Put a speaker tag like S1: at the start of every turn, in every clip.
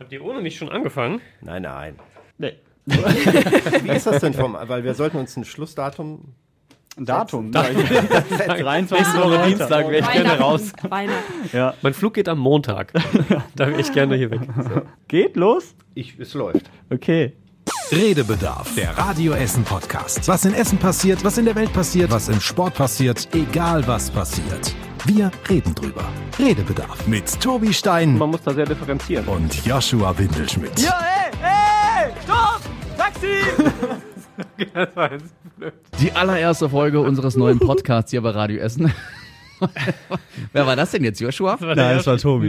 S1: Habt ihr ohne mich schon angefangen?
S2: Nein, nein.
S3: Nee.
S2: Wie ist das denn vom, weil wir sollten uns ein Schlussdatum.
S3: Ein Datum. Datum. 23.
S1: Woche
S3: Woche
S1: Dienstag
S3: Dienstag
S1: wäre
S3: wäre
S1: ich
S3: gerne
S1: gerne
S3: raus.
S4: Weihnachten. Weihnachten.
S3: Ja.
S1: Mein Flug geht am Montag. da wäre ich gerne hier weg.
S3: Geht los?
S2: Ich, es läuft.
S3: Okay.
S5: Redebedarf. Der Radio Essen Podcast. Was in Essen passiert, was in der Welt passiert, was im Sport passiert, egal was passiert. Wir reden drüber. Redebedarf mit Tobi Stein
S3: Man muss da sehr differenzieren.
S5: und Joshua Windelschmidt.
S1: Also
S6: Die allererste Folge unseres neuen Podcasts hier bei Radio Essen. Wer war das denn jetzt? Joshua?
S1: Nein, das war Tobi.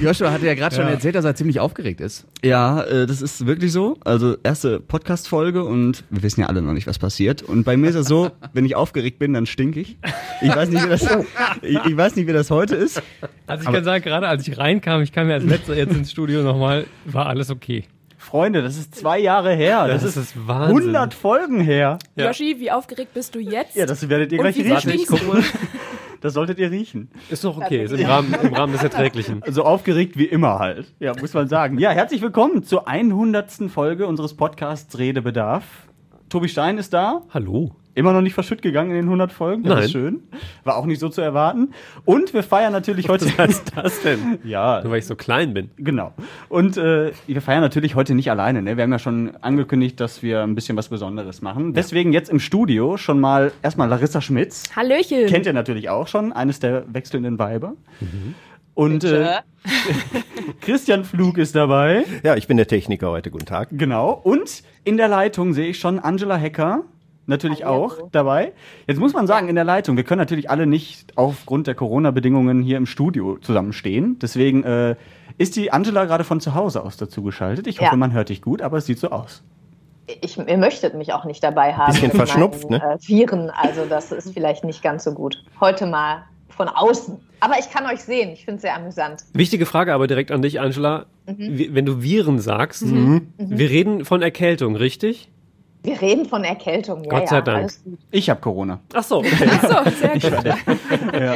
S6: Joshua hatte ja gerade schon erzählt, dass er ziemlich aufgeregt ist.
S7: Ja, äh, das ist wirklich so. Also erste Podcast-Folge und wir wissen ja alle noch nicht, was passiert. Und bei mir ist es so, wenn ich aufgeregt bin, dann stink ich. Ich weiß nicht, wie das, ich, ich weiß nicht, wie das heute ist.
S1: Also ich kann sagen, gerade als ich reinkam, ich kam ja als letzter jetzt ins Studio nochmal, war alles okay.
S3: Freunde, das ist zwei Jahre her. Das, ist
S1: Wahnsinn.
S3: 100 Folgen her.
S1: Ja.
S4: Joshi, wie aufgeregt bist du jetzt?
S3: Ja, das werdet ihr
S4: Und
S3: gleich
S4: wieso
S3: riechen.
S4: stinkst du?
S3: Das solltet ihr riechen.
S1: Ist noch okay, ist im Rahmen, im Rahmen des Erträglichen.
S3: So aufgeregt wie immer halt. Ja, muss man sagen. Ja, herzlich willkommen zur 100. Folge unseres Podcasts Redebedarf. Tobi Stein ist da.
S1: Hallo.
S3: Immer noch nicht verschütt gegangen in den 100 Folgen. Das
S1: Nein.
S3: ist schön. War auch nicht so zu erwarten. Und wir feiern natürlich heute.
S1: Was ist das denn?
S3: Ja,
S1: Nur weil ich so klein bin.
S3: Genau. Und äh, wir feiern natürlich heute nicht alleine. Ne? Wir haben ja schon angekündigt, dass wir ein bisschen was Besonderes machen. Deswegen jetzt im Studio schon mal erstmal Larissa Schmitz.
S4: Hallöchen.
S3: Kennt ihr natürlich auch schon, eines der wechselnden Weiber.
S4: Mhm.
S3: Und äh, Christian Flug ist dabei.
S2: Ja, ich bin der Techniker heute. Guten Tag.
S3: Genau. Und in der Leitung sehe ich schon Angela Hecker. Natürlich auch dabei. Jetzt muss man sagen, in der Leitung, wir können natürlich alle nicht aufgrund der Corona-Bedingungen hier im Studio zusammenstehen. Deswegen äh, ist die Angela gerade von zu Hause aus dazu geschaltet. Ich hoffe,
S8: Ja.
S3: man hört dich gut, aber es sieht so aus.
S8: ich, ihr möchtet mich auch nicht dabei haben.
S2: bisschen
S8: mit
S2: verschnupft,
S8: meinen,
S2: ne?
S8: Äh, Viren, also das ist vielleicht nicht ganz so gut. Heute mal von außen. Aber ich kann euch sehen, ich finde es sehr amüsant.
S1: Wichtige Frage aber direkt an dich, Angela.
S4: Mhm.
S1: Wie- Wenn du Viren sagst, wir reden von Erkältung, richtig?
S8: Wir reden von Erkältung. Ja,
S1: Gott sei
S8: ja,
S1: Dank.
S8: alles gut. Also
S3: Ich habe Corona.
S1: Ach so, okay.
S4: Achso, sehr gut.
S3: Ja.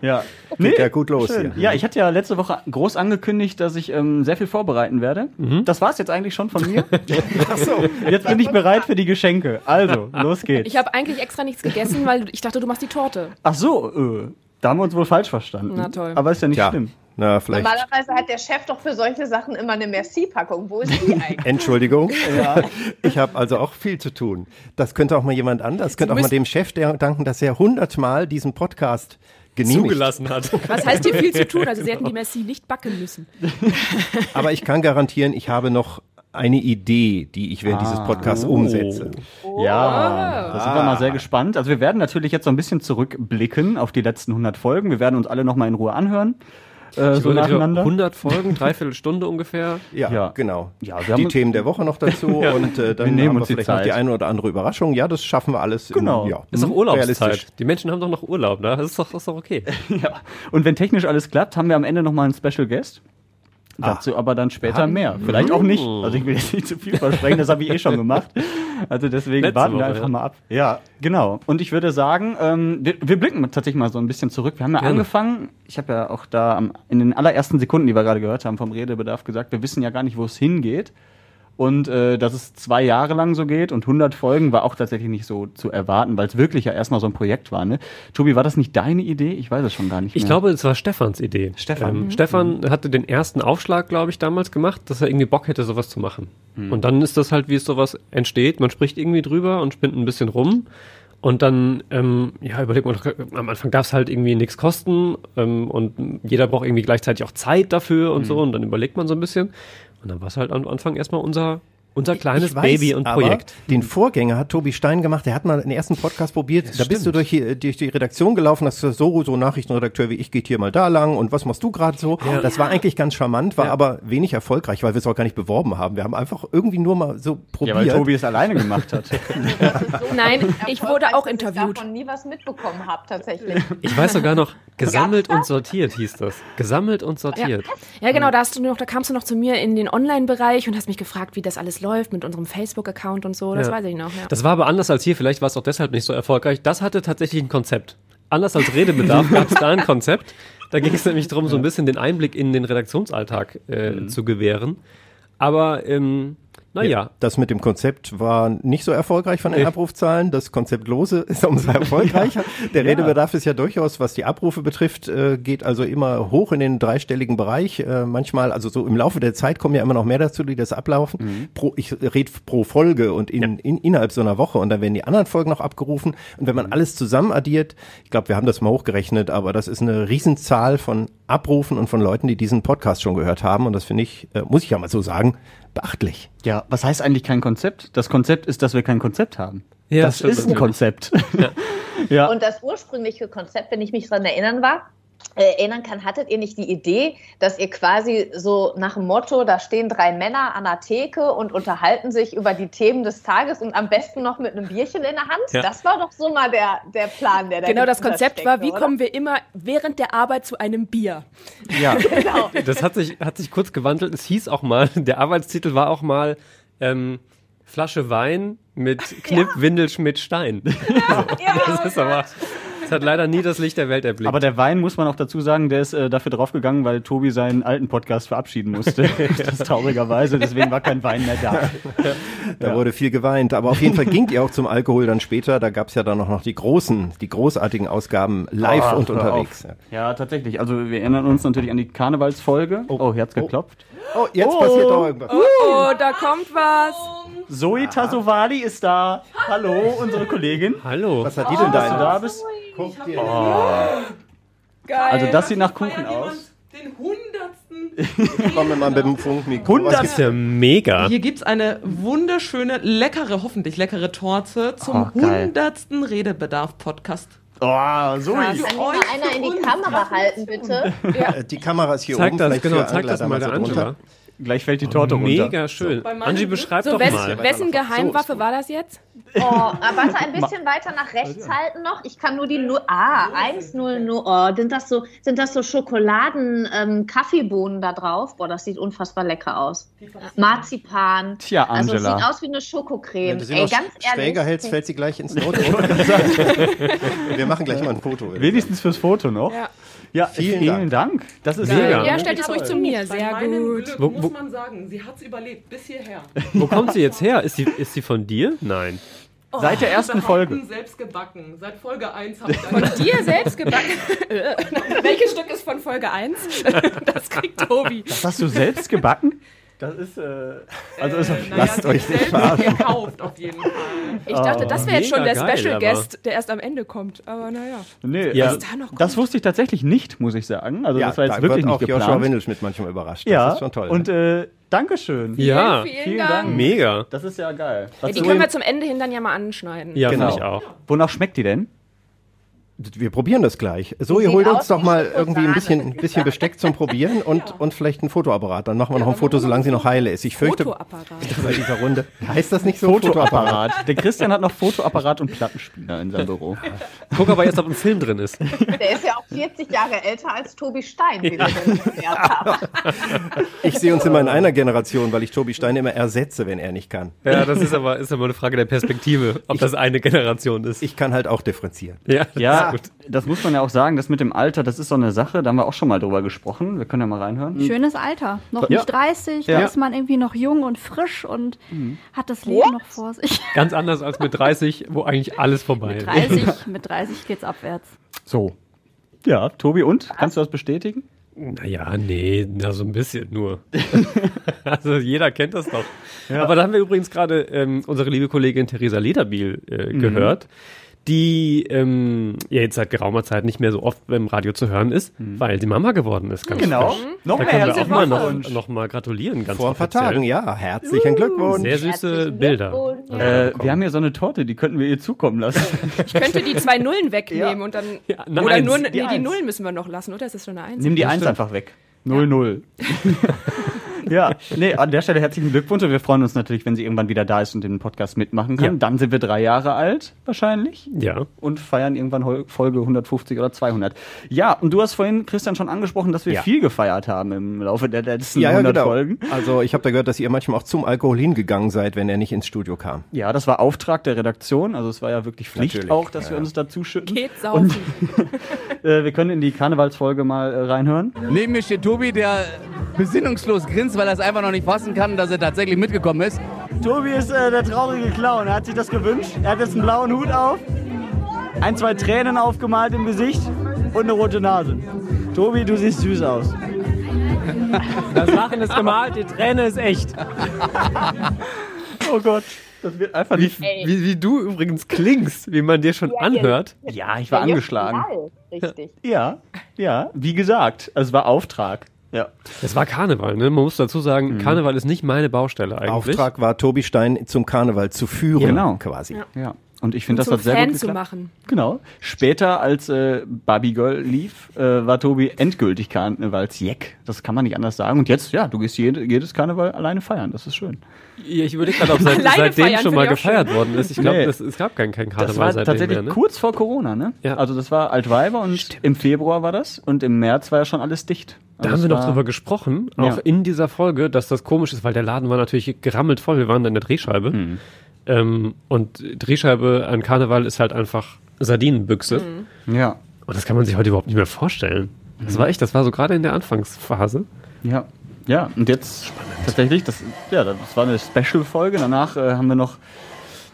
S3: ja.
S2: Geht ja gut los
S3: Schön.
S2: hier.
S3: Ja, ich hatte ja letzte Woche groß angekündigt, dass ich ähm, sehr viel vorbereiten werde. Das war's jetzt eigentlich schon von mir.
S2: Mhm. Ach so.
S3: Jetzt bin ich bereit für die Geschenke. Also, los geht's.
S4: Ich habe eigentlich extra nichts gegessen, weil ich dachte, du machst die Torte.
S3: Ach so, äh, da haben wir uns wohl falsch verstanden.
S4: Na toll.
S3: Aber ist ja nicht
S2: Tja,
S3: schlimm.
S2: na, vielleicht.
S8: Normalerweise hat der Chef doch für solche Sachen immer eine Merci-Packung. Wo ist die eigentlich?
S2: Entschuldigung. Ich habe also auch viel zu tun. Das könnte auch mal jemand anders, könnte auch mal
S4: müssen-
S2: dem Chef der- danken, dass er hundertmal diesen Podcast genehmigt.
S1: zugelassen hat.
S3: Äh,
S4: Was heißt hier viel zu tun? Also, sie hätten die Messi nicht backen müssen.
S2: Aber ich kann garantieren, ich habe noch eine Idee, die ich während dieses Podcasts umsetze.
S1: Oh.
S4: Oh.
S3: Ja, da sind wir
S9: Ah.
S3: mal sehr gespannt. Also wir werden natürlich jetzt so ein bisschen zurückblicken auf die letzten 100 Folgen. Wir werden uns alle nochmal in Ruhe anhören. Äh, so nacheinander.
S1: 100 Folgen, dreiviertel Stunde ungefähr.
S2: Ja,
S3: Ja.
S2: genau.
S3: Ja, wir
S2: die
S3: haben-
S2: Themen der Woche noch dazu und äh, dann
S3: Wir nehmen
S2: haben wir
S3: uns die
S2: vielleicht noch die
S3: Zeit.
S2: eine oder andere Überraschung. Ja, das schaffen wir alles. im-
S3: Genau.
S2: ja.
S1: Ist doch
S2: Hm, realistisch.
S1: Urlaubszeit. Die Menschen haben doch noch Urlaub, ne? Das ist doch, das ist doch okay.
S3: Ja. Und wenn technisch alles klappt, haben wir am Ende nochmal einen Special Guest.
S1: Ah.
S3: Dazu aber dann später mehr. Vielleicht auch nicht.
S1: Uh.
S3: Also ich will jetzt nicht zu viel versprechen, das habe ich eh schon gemacht. Also deswegen
S1: Letzte
S3: warten wir
S1: Woche,
S3: einfach
S1: ja.
S3: mal ab. Ja, genau. Und ich würde sagen, ähm, wir, wir blicken tatsächlich mal so ein bisschen zurück. Wir haben ja
S1: Gerne.
S3: angefangen, ich habe ja auch da am, in den allerersten Sekunden, die wir gerade gehört haben, vom Redebedarf gesagt, wir wissen ja gar nicht, wo es hingeht. Und äh, dass es zwei Jahre lang so geht und 100 Folgen war auch tatsächlich nicht so zu erwarten, weil es wirklich ja erstmal so ein Projekt war. Ne? Tobi, war das nicht deine Idee? Ich weiß es schon gar nicht
S1: Ich
S3: mehr.
S1: glaube, es war Stefans Idee.
S3: Stefan.
S2: Mhm.
S1: Ähm, Stefan hatte den ersten Aufschlag, glaube ich, damals gemacht, dass er irgendwie Bock hätte, sowas zu machen. Und dann ist das halt, wie es sowas entsteht. Man spricht irgendwie drüber und spinnt ein bisschen rum. Und dann, ähm, ja, überlegt man, doch, am Anfang darf es halt irgendwie nichts kosten. Ähm, und jeder braucht irgendwie gleichzeitig auch Zeit dafür und so. Und dann überlegt man so ein bisschen. Und dann war es halt am Anfang erstmal unser, unser kleines
S2: Ich weiß,
S1: Baby und
S2: aber
S1: Projekt.
S2: Den Vorgänger hat Tobi Stein gemacht. Der hat mal den ersten Podcast probiert. da bist du durch die, äh, durch die Redaktion gelaufen. Das ist so, so Nachrichtenredakteur wie ich geht hier mal da lang. Und was machst du gerade so? Das war eigentlich ganz charmant, war aber wenig erfolgreich, weil wir es auch gar nicht beworben haben. Wir haben einfach irgendwie nur mal so
S3: ja,
S2: probiert.
S3: weil Tobi es alleine gemacht hat.
S8: Das ist so
S4: Nein, ich wurde
S8: erfolgreich, dass
S4: auch
S8: Ich
S4: interviewt.
S8: davon nie was mitbekommen habe, tatsächlich.
S1: Ich weiß sogar noch, gesammelt und sortiert hieß das. Gesammelt und sortiert.
S4: Ja, genau, da, hast du noch, da kamst du noch zu mir in den Online-Bereich und hast mich gefragt, wie das alles läuft mit unserem Facebook-Account und so. Das
S1: Ja.
S4: weiß ich noch. Ja.
S1: Das war aber anders als hier, vielleicht war es auch deshalb nicht so erfolgreich. Das hatte tatsächlich ein Konzept. Anders als Redebedarf gab es da ein Konzept. Da ging es nämlich darum, so ein bisschen den Einblick in den Redaktionsalltag äh,
S2: Mhm.
S1: zu gewähren. Aber ähm, naja,
S2: Das mit dem Konzept war nicht so erfolgreich von den
S1: Nee.
S2: Abrufzahlen. Das Konzeptlose ist umso erfolgreicher. Der Redebedarf ist ja durchaus, was die Abrufe betrifft, äh, geht also immer hoch in den dreistelligen Bereich. Äh, manchmal, also so im Laufe der Zeit kommen ja immer noch mehr dazu, die das ablaufen.
S3: Mhm.
S2: Pro, ich rede pro Folge und in, in, innerhalb so einer Woche. Und dann werden die anderen Folgen noch abgerufen. Und wenn man
S3: Mhm.
S2: alles zusammen addiert, ich glaube, wir haben das mal hochgerechnet, aber das ist eine Riesenzahl von Abrufen und von Leuten, die diesen Podcast schon gehört haben. Und das finde ich, äh, muss ich ja mal so sagen, beachtlich.
S3: Ja, was heißt eigentlich kein Konzept? Das Konzept ist, dass wir kein Konzept haben.
S1: Ja,
S3: das
S1: stimmt
S3: ist ein
S1: natürlich.
S3: Konzept.
S8: Und das ursprüngliche Konzept, wenn ich mich daran erinnern war, äh, erinnern kann, hattet ihr nicht die Idee, dass ihr quasi so nach dem Motto, da stehen drei Männer an der Theke und unterhalten sich über die Themen des Tages und am besten noch mit einem Bierchen in der Hand?
S1: Ja.
S8: Das war doch so mal der, der Plan, der da
S4: Genau, das
S8: dahinter
S4: Konzept war, wie
S8: steckte, oder?
S4: kommen wir immer während der Arbeit zu einem Bier?
S1: Ja, das hat sich, hat sich kurz gewandelt. Es hieß auch mal, der Arbeitstitel war auch mal ähm, Flasche Wein mit Knipp, Windel, Schmidt, Stein. das ist aber, das hat leider nie das Licht der Welt erblickt.
S3: Aber der Wein, muss man auch dazu sagen, der ist äh, dafür draufgegangen, weil Tobi seinen alten Podcast verabschieden musste. das ist traurigerweise, deswegen war kein Wein mehr da.
S2: Da wurde viel geweint, aber auf jeden Fall ging ihr auch zum Alkohol dann später. Da gab's ja dann auch noch die großen, die großartigen Ausgaben live
S3: Ach,
S2: und
S3: Ah, hör auf.
S2: unterwegs.
S3: Ja, tatsächlich. Also wir erinnern uns natürlich an die Karnevalsfolge. Oh, hier hat's geklopft.
S2: Oh, jetzt passiert doch irgendwas.
S4: Oh, da kommt was.
S8: Oh,
S3: Zoe Tasovali ist da. Hallo, unsere Kollegin.
S1: Hallo.
S2: Was hat die denn da?
S3: Oh, Dass
S2: in
S3: du
S2: der Hand?
S3: da bist.
S2: Guck dir Oh.
S4: Geil.
S3: Also das sieht nach Kuchen aus.
S2: die Kommen mal mit dem Funkmikro.
S3: Hundert-
S2: Was
S1: Das ist ja mega.
S10: Hier gibt's eine wunderschöne, leckere, hoffentlich leckere Torte zum
S3: Oh, geil.
S10: hundertsten Redebedarf-Podcast.
S3: Oh, Zoe.
S8: Kann die mal einer in die Kamera halten, bitte?
S2: gibt's? Äh, Die Kamera ist hier
S1: Zeig
S2: oben.
S1: das,
S2: vielleicht
S1: genau,
S2: für
S1: zeig
S2: Angler
S1: das
S2: da
S1: mal der
S2: so
S1: Angela.
S2: drunter.
S3: Gleich fällt die Torte um. runter.
S1: Mega schön.
S10: meinem
S1: Angie,
S10: Glück-
S1: beschreib
S4: So,
S1: doch
S4: wes,
S1: mal.
S4: wessen Geheimwaffe war das jetzt?
S8: Oh, aber warte, ein bisschen weiter nach rechts halten noch. Ich kann nur die Nu- Ah, 100. Oh, sind das so, sind das so Schokoladen, ähm, Kaffeebohnen da drauf? Boah, das sieht unfassbar lecker aus. Marzipan.
S3: Tja,
S8: Also es
S3: Angela.
S8: sieht aus wie eine Schokocreme.
S2: Wenn du sie
S8: Ey,
S2: noch
S8: ganz
S2: schräger
S8: ehrlich.
S2: hältst, fällt sie gleich ins Not. Wir machen gleich mal ein Foto. würde ich
S3: Wenigstens fürs Foto noch.
S4: Ja.
S3: Ja,
S2: Vielen
S3: vielen, Dank. Das ist
S1: Mega.
S4: Ja,
S1: Ja,
S4: stellt es ruhig zu mir. Sehr gut.
S1: Wo- muss wo-
S10: man sagen, sie hat's überlebt bis hierher.
S1: Wo kommt sie jetzt her? Ist sie, ist sie von dir? Nein.
S11: Oh,
S3: Seit der ersten Folge.
S10: Selbst gebacken. Seit Folge 1 habe ich
S4: Von dir selbst gebacken. Äh, Welches Stück ist von Folge 1? Das kriegt Tobi.
S3: Das hast du selbst gebacken? Das ist, äh, also ist auf-
S2: Lasst euch nicht verarschen.
S10: gekauft auf jeden Fall.
S4: Ich dachte, das wäre jetzt
S1: Oh,
S4: schon der
S1: Mega geil,
S4: Special
S1: aber-
S4: Guest, der erst am Ende kommt. Aber naja.
S3: Nee,
S1: Ja.
S3: also,
S1: Was
S4: da noch kommt.
S3: das wusste ich tatsächlich nicht, muss ich sagen. Also
S2: Ja,
S3: das war jetzt
S2: da
S3: wirklich
S2: wird
S3: nicht
S2: auch Joshua
S3: geplant.
S2: Windelschmidt manchmal überrascht.
S3: Ja,
S2: Das ist schon toll. ne?
S3: und äh, Dankeschön.
S1: Ja,
S4: vielen,
S3: vielen
S4: Dank.
S3: Dank.
S1: mega.
S3: Das ist ja geil.
S4: Ja,
S3: Was
S4: die
S3: so-
S4: können wir zum Ende hin dann ja mal anschneiden.
S1: Ja,
S2: Genau.
S1: finde ich auch.
S3: Wonach schmeckt die denn?
S2: Wir probieren das gleich. So, ihr
S8: sieht
S2: holt
S8: aus
S2: uns doch
S8: wie
S2: mal
S8: Schokosahne,
S2: irgendwie ein bisschen,
S8: würde
S2: ein
S8: ich
S2: bisschen
S8: sagen.
S2: Besteck zum Probieren und, und vielleicht ein Fotoapparat. Dann machen wir noch ein Foto, solange sie noch heile ist. Ich fürchte,
S4: Fotoapparat.
S2: bei dieser Runde heißt das nicht so
S3: Fotoapparat. Der Christian hat noch Fotoapparat und Plattenspieler in seinem Büro.
S1: Guck aber jetzt, ob ein Film drin ist.
S8: Der ist ja auch 40 Jahre älter als Tobi Stein, wie wir den geklärt haben.
S2: Ich sehe uns immer in einer Generation, weil ich Tobi Stein immer ersetze, wenn er nicht kann.
S1: Ja, das ist aber, ist aber eine Frage der Perspektive, ob das eine Generation ist.
S2: Ich kann halt auch differenzieren.
S1: ja, das
S3: Ja,
S1: ist gut.
S3: das muss man ja auch sagen, das mit dem Alter, das ist so eine Sache, da haben wir auch schon mal drüber gesprochen. Wir können ja mal reinhören.
S12: Schönes Alter. Noch
S3: Hm. Ja.
S12: nicht 30, da
S3: Ja.
S12: ist man irgendwie noch jung und frisch und hat das Leben noch vor sich.
S1: Ganz anders als mit 30, wo eigentlich alles vorbei ist.
S12: 30, mit 30 geht's abwärts.
S3: So. Ja, Tobi, und? Kannst du das bestätigen?
S1: Naja, nee, na, so ein bisschen nur. also jeder kennt das doch. Aber da haben wir übrigens gerade ähm, unsere liebe Kollegin Theresa Lederbiel
S3: Mhm.
S1: äh, gehört, die ähm, ja, jetzt seit geraumer Zeit nicht mehr so oft beim Radio zu hören ist, weil sie Mama geworden ist. Ganz frisch.
S3: Mhm. Genau. Noch
S1: Da können wir auch mal noch, noch mal gratulieren, ganz
S2: Vor ein paar
S1: offiziell.
S2: Tagen, ja.
S4: Uh.
S2: Herzlichen Glückwunsch.
S1: Sehr süße
S8: Herzlichen
S1: Bilder.
S8: Glückwunsch.
S1: Also,
S3: Äh, wir haben hier so eine Torte, die könnten wir ihr zukommen lassen.
S4: Ich könnte die zwei Nullen wegnehmen
S3: Ja.
S4: und dann.
S1: Ja, eine
S4: oder
S1: Eins,
S4: nur. ne-
S1: die
S4: Nee, die
S3: Eins.
S4: Nullen müssen wir noch lassen, oder? Ist das schon eine Eins?
S3: Nimm die Eins einfach weg. 0-0. Ja, nee, an der Stelle herzlichen Glückwunsch und wir freuen uns natürlich, wenn sie irgendwann wieder da ist und den Podcast mitmachen kann.
S1: Ja.
S3: Dann sind wir drei Jahre alt, wahrscheinlich.
S1: Ja.
S3: Und feiern irgendwann Hol- Folge 150 oder 200. Ja, und du hast vorhin, Christian, schon angesprochen, dass wir
S2: Ja.
S3: viel gefeiert haben im Laufe der letzten
S2: Ja, ja,
S3: 100
S2: genau.
S3: Folgen.
S2: Also ich habe da gehört, dass ihr manchmal auch zum Alkohol hingegangen seid, wenn er nicht ins Studio kam.
S3: Ja, das war Auftrag der Redaktion, also es war ja wirklich Pflicht
S2: Natürlich,
S3: auch, dass
S2: ja,
S3: wir
S2: ja.
S3: uns dazu schütten.
S4: Geht saufen.
S3: Äh, wir können in die Karnevalsfolge mal äh, reinhören.
S6: Neben mir steht Tobi, der besinnungslos grinst, weil er es einfach noch nicht fassen kann, dass er tatsächlich mitgekommen ist.
S3: Tobi ist äh, der traurige Clown. Er hat sich das gewünscht. Er hat jetzt einen blauen Hut auf, ein, zwei Tränen aufgemalt im Gesicht und eine rote Nase. Tobi, du siehst süß aus.
S13: Das Lachen ist gemalt, die Träne ist echt.
S3: Oh Gott, das wird einfach
S1: Wie, wie, wie du übrigens klingst, wie man dir schon anhört.
S3: Ja, ich war
S8: Der juckt
S3: angeschlagen.
S8: die Nadel, Richtig.
S3: Ja, ja, wie gesagt, also es war Auftrag. Ja. Mhm.
S1: Es war Karneval, ne? Man muss dazu sagen, Karneval ist nicht meine Baustelle eigentlich.
S2: Auftrag war, Tobi Stein zum Karneval zu führen,
S3: Genau.
S2: quasi.
S4: Ja.
S3: Ja. Und ich finde, das
S4: zum
S3: hat sehr
S4: Um Fan
S3: gut
S4: zu
S3: geklappt.
S4: machen.
S3: Genau. Später, als äh, Barbie Girl lief, äh, war Tobi endgültig Karnevalsjeck. Das kann man nicht anders sagen. Und jetzt, ja, du gehst jede, jedes Karneval alleine feiern. Das ist schön.
S1: Ja, ich überlege gerade, ob seit,
S4: Alleine
S1: seitdem
S4: feiern
S1: schon
S4: finde
S1: mal
S4: ich auch
S1: gefeiert worden ist. Ich glaube,
S3: Nee.
S1: das- es gab keinen kein Karneval
S3: Das war
S1: seitdem
S3: tatsächlich
S1: mehr, ne?
S3: kurz vor Corona, ne?
S1: Ja.
S3: Also das war Altweiber und im Februar war das und im März war ja schon alles dicht.
S1: Da
S3: Also
S1: haben wir
S3: es
S1: noch
S3: war-
S1: drüber gesprochen, auch
S3: Ja.
S1: in dieser Folge, dass das komisch ist, weil der Laden war natürlich gerammelt voll. Wir waren da in der Drehscheibe.
S3: Mhm.
S1: Ähm, und Drehscheibe an Karneval ist halt einfach Sardinenbüchse.
S6: Mhm.
S3: Ja,
S1: Und das kann man sich heute überhaupt nicht mehr vorstellen.
S3: Mhm.
S1: Das war echt, das war so gerade in der Anfangsphase.
S3: ja, ja. Und jetzt tatsächlich, das, ja, das war eine Special-Folge. Danach äh, haben wir noch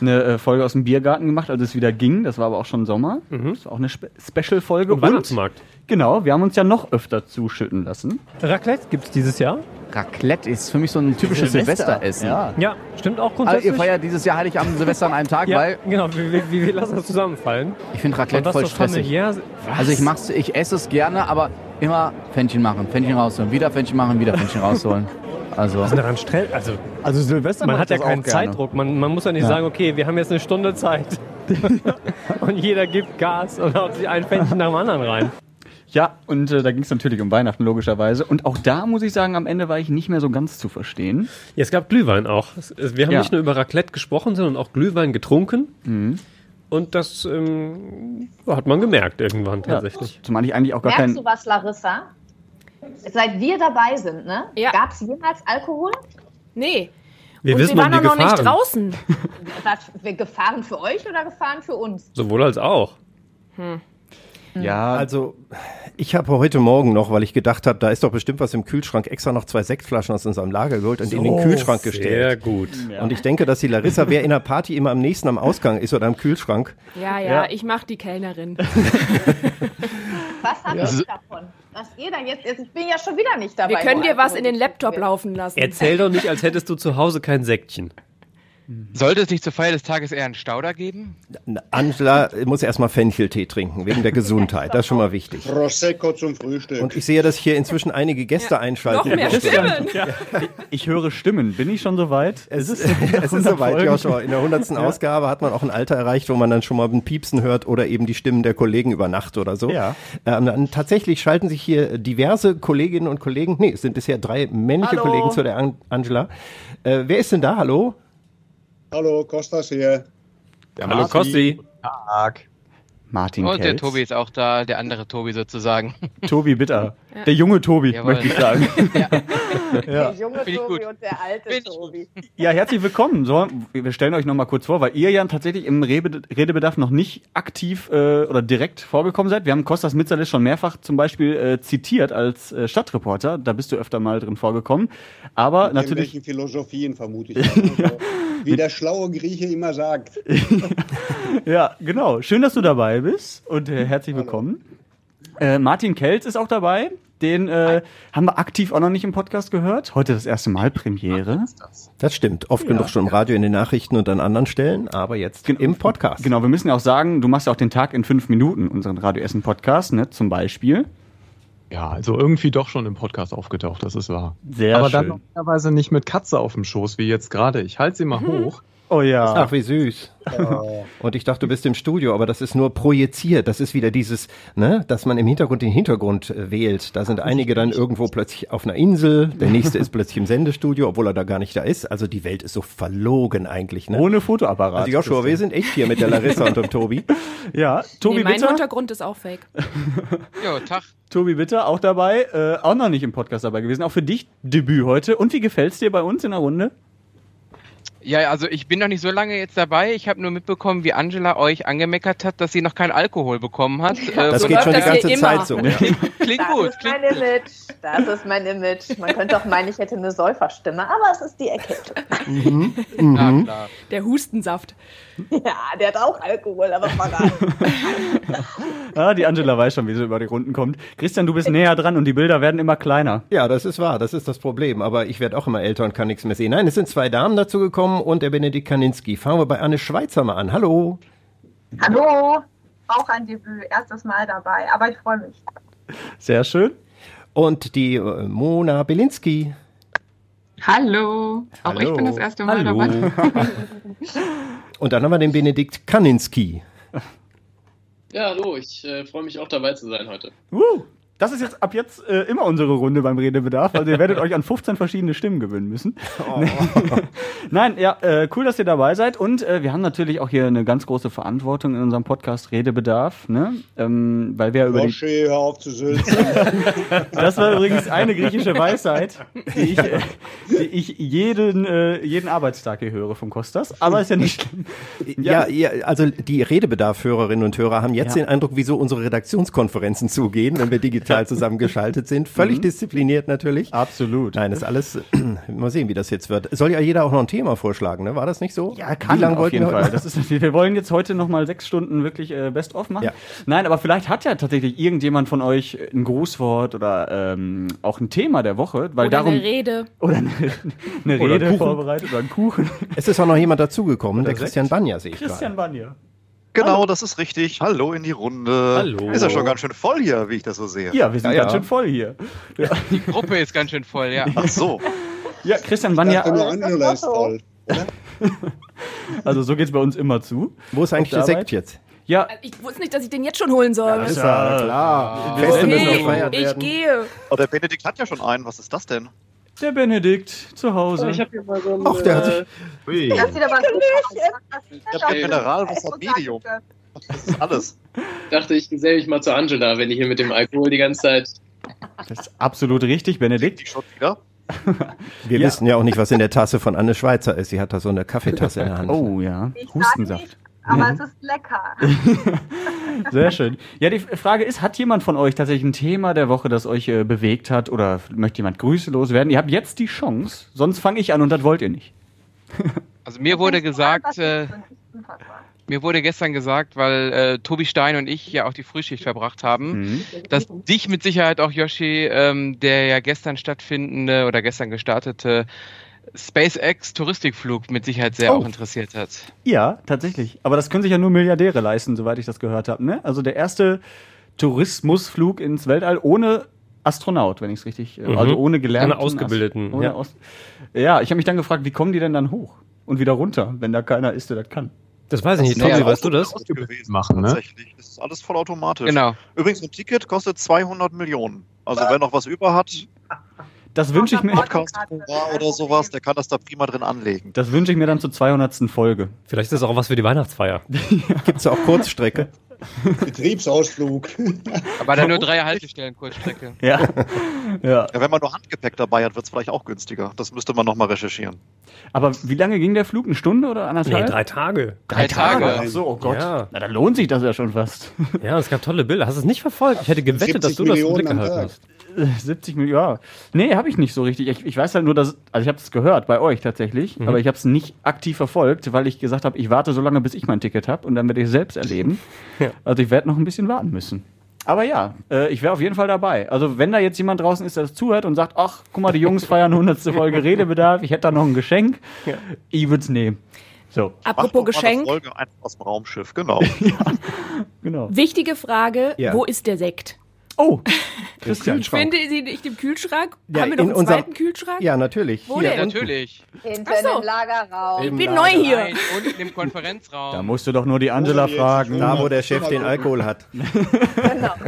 S3: eine äh, Folge aus dem Biergarten gemacht, als es wieder ging. Das war aber auch schon Sommer.
S13: Mhm.
S3: Das war auch eine Spe Special-Folge.
S1: Und Weihnachtsmarkt.
S3: Genau, wir haben uns ja noch öfter zuschütten lassen.
S13: Raclette gibt's dieses Jahr?
S6: Raclette ist für mich so ein typisches Silvesteressen.
S3: Ja.
S13: Ja, stimmt auch
S6: Also
S13: grundsätzlich.
S6: ihr feiert dieses Jahr Heiligabend und Silvester an einem Tag,
S13: ja,
S6: weil
S13: genau, wir, wir, wir lassen das zusammenfallen.
S6: ich finde
S13: Und
S6: Raclette
S13: was
S6: voll
S13: so
S6: stressig.
S13: familiär.
S6: Also ich mach's, ich esse es gerne, aber immer Pfännchen machen, Pfännchen rausholen, wieder Pfännchen machen, wieder Pännchen rausholen. Also
S13: Was ist denn daran strell? Also,
S3: Also Silvester
S13: man hat ja keinen Zeitdruck. Man, man muss ja nicht
S6: Ja.
S13: sagen, okay, wir haben jetzt eine Stunde Zeit. und jeder gibt Gas und haut sich ein Fännchen nach dem anderen rein.
S3: Ja, und äh, da ging es natürlich um Weihnachten, logischerweise. Und auch da muss ich sagen, am Ende war ich nicht mehr so ganz zu verstehen.
S1: Ja, es gab Glühwein auch. Es- es- Wir haben
S3: Ja. Mhm.
S1: nicht nur über Raclette gesprochen, sondern auch Glühwein getrunken. Und das ähm, hat man gemerkt irgendwann tatsächlich.
S3: Zumal ich eigentlich auch gar
S8: Merkst
S3: keinen.
S8: du was, Larissa? Seit wir dabei sind, ne?
S4: Ja.
S8: Gab es jemals Alkohol?
S4: Nee.
S1: Wir
S4: und
S1: wissen
S4: wir waren
S1: um die
S4: auch noch nicht
S1: Gefahren.
S4: draußen.
S8: Was, wir Gefahren für euch oder Gefahren für uns?
S1: Sowohl als auch.
S4: Hm. Mhm.
S3: Ja,
S2: Also, ich habe heute Morgen noch, weil ich gedacht habe, da ist doch bestimmt was im Kühlschrank, extra noch zwei Sektflaschen aus unserem Lager geholt und in den Kühlschrank
S1: Sehr
S2: gestellt.
S1: gut.
S2: Und ich denke, dass die Larissa, wer in der Party immer am nächsten am Ausgang ist oder am Kühlschrank,
S4: Ja, ja, ich mach die Kellnerin.
S8: Was habt ihr davon? Was ihr dann jetzt, jetzt? Ich bin ja schon wieder nicht dabei.
S4: Wir können
S8: wo
S4: dir was in den
S8: Alkohol
S4: Laptop
S8: wird.
S4: laufen lassen.
S1: Erzähl doch nicht, als hättest du zu Hause kein Sektchen.
S14: Sollte es nicht zur Feier des Tages eher einen Stauder geben?
S2: Angela muss erstmal Fencheltee trinken, wegen der Gesundheit. Das ist schon mal wichtig.
S15: Prosecco zum Frühstück.
S2: Und ich sehe, dass hier inzwischen einige Gäste
S4: Noch
S2: einschalten.
S4: mehr Stimmen.
S3: ich höre Stimmen. Bin ich schon so weit?
S2: Es ist, es ist soweit, Joshua. In der 100. Ausgabe hat man auch ein Alter erreicht, wo man dann schon mal ein Piepsen hört oder eben die Stimmen der Kollegen über Nacht oder so.
S3: Ja.
S2: Ähm, dann tatsächlich schalten sich hier diverse Kolleginnen und Kollegen, nee, es sind bisher drei männliche
S3: Hallo.
S2: Kollegen zu der An Angela. Äh, wer ist denn da? Hallo?
S15: Hallo, Kostas hier.
S1: Hallo Kosti.
S3: Martin
S14: Und Oh, der
S3: Kelz.
S14: Tobi ist auch da, der andere Tobi sozusagen.
S3: Tobi Bitter. Der junge Tobi,
S14: Jawohl.
S3: möchte ich sagen.
S8: Der junge
S14: Finde ich
S8: Tobi
S14: gut.
S8: und der alte Tobi.
S3: Ja, herzlich willkommen. So, wir stellen euch nochmal kurz vor, weil ihr ja tatsächlich im Rebe- Redebedarf noch nicht aktiv äh, oder direkt vorgekommen seid. Wir haben Kostas Mitzalis schon mehrfach zum Beispiel äh, zitiert als äh, Stadtreporter. Da bist du öfter mal drin vorgekommen. Aber natürlich.
S15: Irgendwelchen Philosophien vermute ich. mal. Wie der schlaue Grieche immer sagt.
S3: Ja, genau. Schön, dass du dabei bist und äh, herzlich willkommen. Äh, Martin Kelz ist auch dabei. Den äh, haben wir aktiv auch noch nicht im Podcast gehört. Heute das erste Mal Premiere.
S2: Das stimmt. Oft genug schon im Radio, in den Nachrichten und an anderen Stellen, aber jetzt im Podcast.
S3: Genau, wir müssen ja auch sagen, du machst ja auch den Tag in fünf Minuten, unseren Radio Essen Podcast, ne, zum Beispiel.
S16: Ja, also irgendwie doch schon im Podcast aufgetaucht, das ist wahr.
S3: Sehr
S16: Aber dann
S3: schön.
S1: Mhm.
S16: normalerweise nicht mit Katze auf dem Schoß, wie jetzt gerade. Ich halte sie mal hoch
S2: Oh ja. Ach, wie süß. Und ich dachte, du bist im Studio, aber das ist nur projiziert. Das ist wieder dieses, ne, dass man im Hintergrund den Hintergrund äh, wählt. Da sind einige dann irgendwo plötzlich auf einer Insel, der nächste ist plötzlich im Sendestudio, obwohl er da gar nicht da ist. Also die Welt ist so verlogen eigentlich. Ne?
S3: Ohne Fotoapparat.
S2: Also Joshua, wir sind echt hier mit der Larissa und dem Tobi.
S3: Ja, Tobi
S4: nee, mein
S3: Bitter.
S4: Untergrund ist auch fake.
S14: Jo, Tag.
S3: Tobi Bitter auch dabei, äh, auch noch nicht im Podcast dabei gewesen. Auch für dich Debüt heute. Und wie gefällt's dir bei uns in der Runde?
S14: Ja, also ich bin noch nicht so lange jetzt dabei. Ich habe nur mitbekommen, wie Angela euch angemeckert hat, dass sie noch keinen Alkohol bekommen hat. Äh,
S2: Das
S14: so
S2: geht
S14: läuft
S2: schon die
S14: das hier
S2: ganze
S14: immer.
S2: Zeit so. Ja.
S14: Klingt
S8: das
S14: gut,
S8: ist mein Image. Das ist mein Image. Man könnte auch meinen, ich hätte eine Säuferstimme, aber es ist die Erkältung.
S2: Mhm.
S14: Mhm.
S4: Der Hustensaft.
S8: Ja, der hat auch Alkohol, aber verraten.
S3: Ah, die Angela weiß schon, wie sie über die Runden kommt. Christian, du bist näher dran und die Bilder werden immer kleiner.
S2: Ja, das ist wahr, das ist das Problem. Aber ich werde auch immer älter und kann nichts mehr sehen. Nein, es sind zwei Damen dazu gekommen und der Benedikt Kaninski. Fangen wir bei Anne Schweizer mal an. Hallo.
S17: Hallo, auch ein Debüt, erstes Mal dabei, aber ich freue mich.
S2: Sehr schön. Und die äh, Mona Belinski.
S18: Hallo. Auch ich bin das erste Mal dabei.
S2: und dann haben wir den Benedikt Kaninski.
S11: Ja, hallo, ich äh, freue mich auch dabei zu sein heute.
S3: Uh, das ist jetzt ab jetzt äh, immer unsere Runde beim Redebedarf. Also ihr werdet euch an 15 verschiedene Stimmen gewöhnen müssen. Nein, ja, äh, cool, dass ihr dabei seid. Und äh, wir haben natürlich auch hier eine ganz große Verantwortung in unserem Podcast Redebedarf, ne? Ähm, weil wir über die
S15: Roche, hör auf zu sülzen.
S3: Das war übrigens eine griechische Weisheit, die ich, äh, die ich jeden, äh, jeden Arbeitstag hier höre vom Kostas. Aber ist ja nicht schlimm.
S2: Ja, ja, also die Redebedarf-Hörerinnen und Hörer haben jetzt
S3: Ja.
S2: den Eindruck, wieso unsere Redaktionskonferenzen zugehen, wenn wir digital zusammengeschaltet sind. Völlig
S3: Mhm.
S2: diszipliniert natürlich.
S3: Absolut.
S2: Nein, das alles. Mal sehen, wie das jetzt wird. Soll ja jeder auch noch ein Thema vorschlagen, ne? War das nicht so? Ja,
S3: kann
S2: wie lange
S3: auf
S2: wollten
S3: jeden
S2: wir heute
S3: Fall.
S2: machen?
S3: Das ist, wir wollen jetzt heute nochmal sechs Stunden wirklich äh, Best-of machen.
S2: Ja.
S3: Nein, aber vielleicht hat ja tatsächlich irgendjemand von euch ein Grußwort oder ähm, auch ein Thema der Woche, weil
S4: Oder
S3: darum
S4: eine Rede.
S3: oder eine, eine
S2: Oder einen
S3: Rede
S2: Kuchen.
S3: vorbereitet oder einen Kuchen.
S2: Es ist auch noch jemand dazugekommen, der Christian Banja sehe ich gerade.
S3: Christian Banier.
S9: Genau, das ist richtig. Hallo in die Runde.
S2: Hallo.
S9: Ist ja schon ganz schön voll hier, wie ich das so sehe.
S3: Ja, wir sind ganz schön voll hier.
S14: Die Gruppe ist ganz schön voll, ja.
S9: Ach so.
S3: Ja, Christian Banja.
S15: dachte, nur Angela ist voll.
S3: Also so geht's bei uns immer zu.
S2: Wo ist eigentlich
S3: Auf
S2: der
S3: der
S2: Sekt jetzt?
S3: Ja,
S4: Ich wusste nicht, dass ich den jetzt schon holen soll.
S2: ist ja
S3: Ah.
S2: klar. Feste müssen gefeiert
S4: ich
S2: werden.
S4: gehe.
S9: Oh, der Benedikt hat ja schon einen. Was ist das denn?
S3: der Benedikt zu Hause.
S11: Ich habe hier mal so ein.
S9: Ach, der hat sich-
S11: äh,
S17: Das sieht aber gut aus.
S9: Ich hab Mineralwasser Medium. Das ist alles.
S11: dachte, ich geselle mich mal zu Angela, wenn die hier mit dem Alkohol die ganze Zeit.
S3: Das ist absolut richtig, Benedikt.
S9: Ich schon wieder.
S2: Wir wissen ja auch nicht, was in der Tasse von Anne Schweizer ist. Sie hat da so eine Kaffeetasse in der Hand.
S3: Oh ja,
S17: Ich sag
S3: Hustensaft.
S17: nicht, Aber es
S3: Mhm.
S17: ist lecker.
S3: Sehr schön. Ja, die Frage ist, hat jemand von euch tatsächlich ein Thema der Woche, das euch äh, bewegt hat oder möchte jemand grüßelos werden? Ihr habt jetzt die Chance, sonst fange ich an und das wollt ihr nicht.
S14: Also mir wurde gesagt, äh, mir wurde gestern gesagt, weil äh, Tobi Stein und ich ja auch die Frühschicht verbracht haben, dass dich mit Sicherheit auch Yoshi, ähm, der ja gestern stattfindende oder gestern gestartete SpaceX Touristikflug mit Sicherheit sehr
S3: Oh.
S14: auch interessiert hat.
S3: Ja, tatsächlich. Aber das können sich ja nur Milliardäre leisten, soweit ich das gehört habe. Ne? Also der erste Tourismusflug ins Weltall ohne Astronaut, wenn ich es richtig, äh,
S1: Mhm.
S3: also ohne gelernten,
S1: Ohne Ausgebildeten,
S3: Ast- Ohne
S1: ja.
S3: ja. Aus ja, ich habe mich dann gefragt, wie kommen die denn dann hoch und wieder runter, wenn da keiner ist, der das kann.
S1: Das weiß
S3: ich nicht. Tobi, weißt du das?
S9: Ausgebildet
S3: Machen, ne?
S9: Tatsächlich. Das ist alles vollautomatisch.
S3: Genau.
S9: Übrigens, ein Ticket kostet 200 Millionen. Also, wer noch was über hat,
S3: Das wünsche ich mir.
S9: Podcast-Programm oder sowas, der kann das da prima drin anlegen.
S3: Das wünsche ich mir dann zur 200. Folge.
S1: Vielleicht ist das auch was für die Weihnachtsfeier.
S2: Gibt es auch Kurzstrecke?
S15: Betriebsausflug.
S14: Aber dann nur drei Haltestellen Kurzstrecke.
S3: Ja. ja.
S9: Wenn man nur Handgepäck dabei hat, wird es vielleicht auch günstiger. Das müsste man nochmal recherchieren.
S3: Aber wie lange ging der Flug? Eine Stunde oder anderthalb?
S1: Nee, drei Tage. Drei
S3: Drei,
S1: Tage.
S3: Tage. Ach so, oh Gott.
S1: Ja.
S3: Na, dann lohnt sich das ja schon fast.
S1: Ja, es gab tolle Bilder. Hast du es nicht verfolgt? Ich hätte gewettet, dass du das im Blick gehalten hast.
S3: Äh, 70 Millionen, ja. Nee, habe ich nicht so richtig. Ich, ich weiß halt nur, dass, also ich habe es gehört bei euch tatsächlich,
S1: Mhm.
S3: aber ich habe es nicht aktiv verfolgt, weil ich gesagt habe, ich warte so lange, bis ich mein Ticket habe und dann werde ich es selbst erleben. Also ich werde noch ein bisschen warten müssen. Aber ja, äh, ich wäre auf jeden Fall dabei. Also wenn da jetzt jemand draußen ist, der das zuhört und sagt, ach, guck mal, die Jungs feiern 100. Folge Redebedarf, ich hätte da noch ein Geschenk, ich würde es nehmen. So.
S4: Apropos Mach doch mal eine Geschenk.
S9: Folge einfach aus dem Raumschiff, genau.
S3: Genau.
S4: Wichtige Frage:
S3: Ja.
S4: Wo ist der Sekt?
S2: Oh, Christian Schrank.
S4: Finde sie nicht im Kühlschrank?
S2: Oh. Ja,
S4: Haben wir noch
S2: in
S4: einen
S2: unserem-
S4: zweiten Kühlschrank?
S2: Ja, natürlich.
S4: Wo
S2: Hier
S4: denn?
S2: unten.
S14: Natürlich.
S8: Hinter
S4: Ach so.
S8: dem Lagerraum.
S4: Ich bin neu hier.
S14: Nein, unten im Konferenzraum.
S3: Da musst du doch nur die Angela fragen.
S2: Da, wo der Chef den Alkohol hat.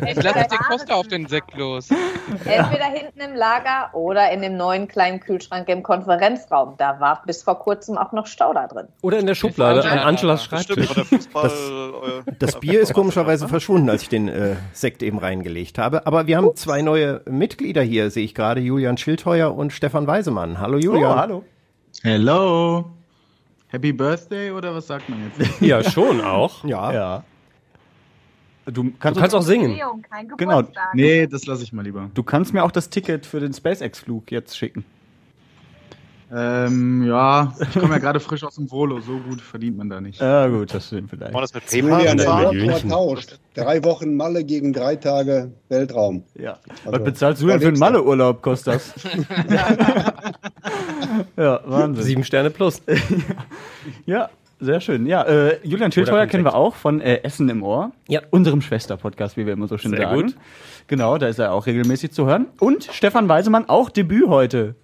S14: Jetzt lass ich den Koster auf den Sekt los.
S8: Entweder hinten im Lager oder in dem neuen kleinen Kühlschrank im Konferenzraum. Da war bis vor kurzem auch noch Stau da drin.
S1: Oder in der Schublade an Angelas
S9: Stimmt,
S1: Schreibtisch.
S9: aber der Fußball.
S2: Das-
S9: äh,
S2: Das Bier ist komischerweise verschwunden, als ich den äh, Sekt eben reingelegt habe. Aber wir haben zwei neue Mitglieder hier, sehe ich gerade. Julian Schildheuer und Stefan Weisemann. Hallo Julian.
S19: Oh, hallo. Hello. Happy Birthday oder was sagt man jetzt?
S1: Ja, schon auch.
S2: Ja.
S3: Du
S1: kannst, auch singen.
S17: Jubiläum, kein
S3: Genau.
S17: Geburtstag.
S3: Nee,
S19: das lasse ich mal lieber.
S3: Du kannst mir auch das Ticket für den SpaceX-Flug jetzt schicken.
S19: Ähm, ja, ich komme ja gerade frisch aus dem Volo, so gut verdient man da nicht.
S3: Ja, gut, das stimmt vielleicht.
S9: War das mit PayPal?
S19: Julian, der
S9: oder
S19: Markt
S9: mit München?
S19: vertauscht. Drei Wochen Malle gegen drei Tage Weltraum.
S3: Ja.
S19: Also,
S3: Was bezahlst du denn für einen Malle-Urlaub, Kostas? ja, Wahnsinn.
S1: Sieben Sterne plus.
S3: ja, sehr schön. Ja, äh, Julian Schildheuer kennen wir auch von äh, Essen im Ohr. Ja. Unserem Schwester-Podcast, wie wir immer so schön
S1: Sehr
S3: sagen.
S1: gut.
S3: Genau, da ist er auch regelmäßig zu hören. Und Stefan Weisemann, auch Debüt heute.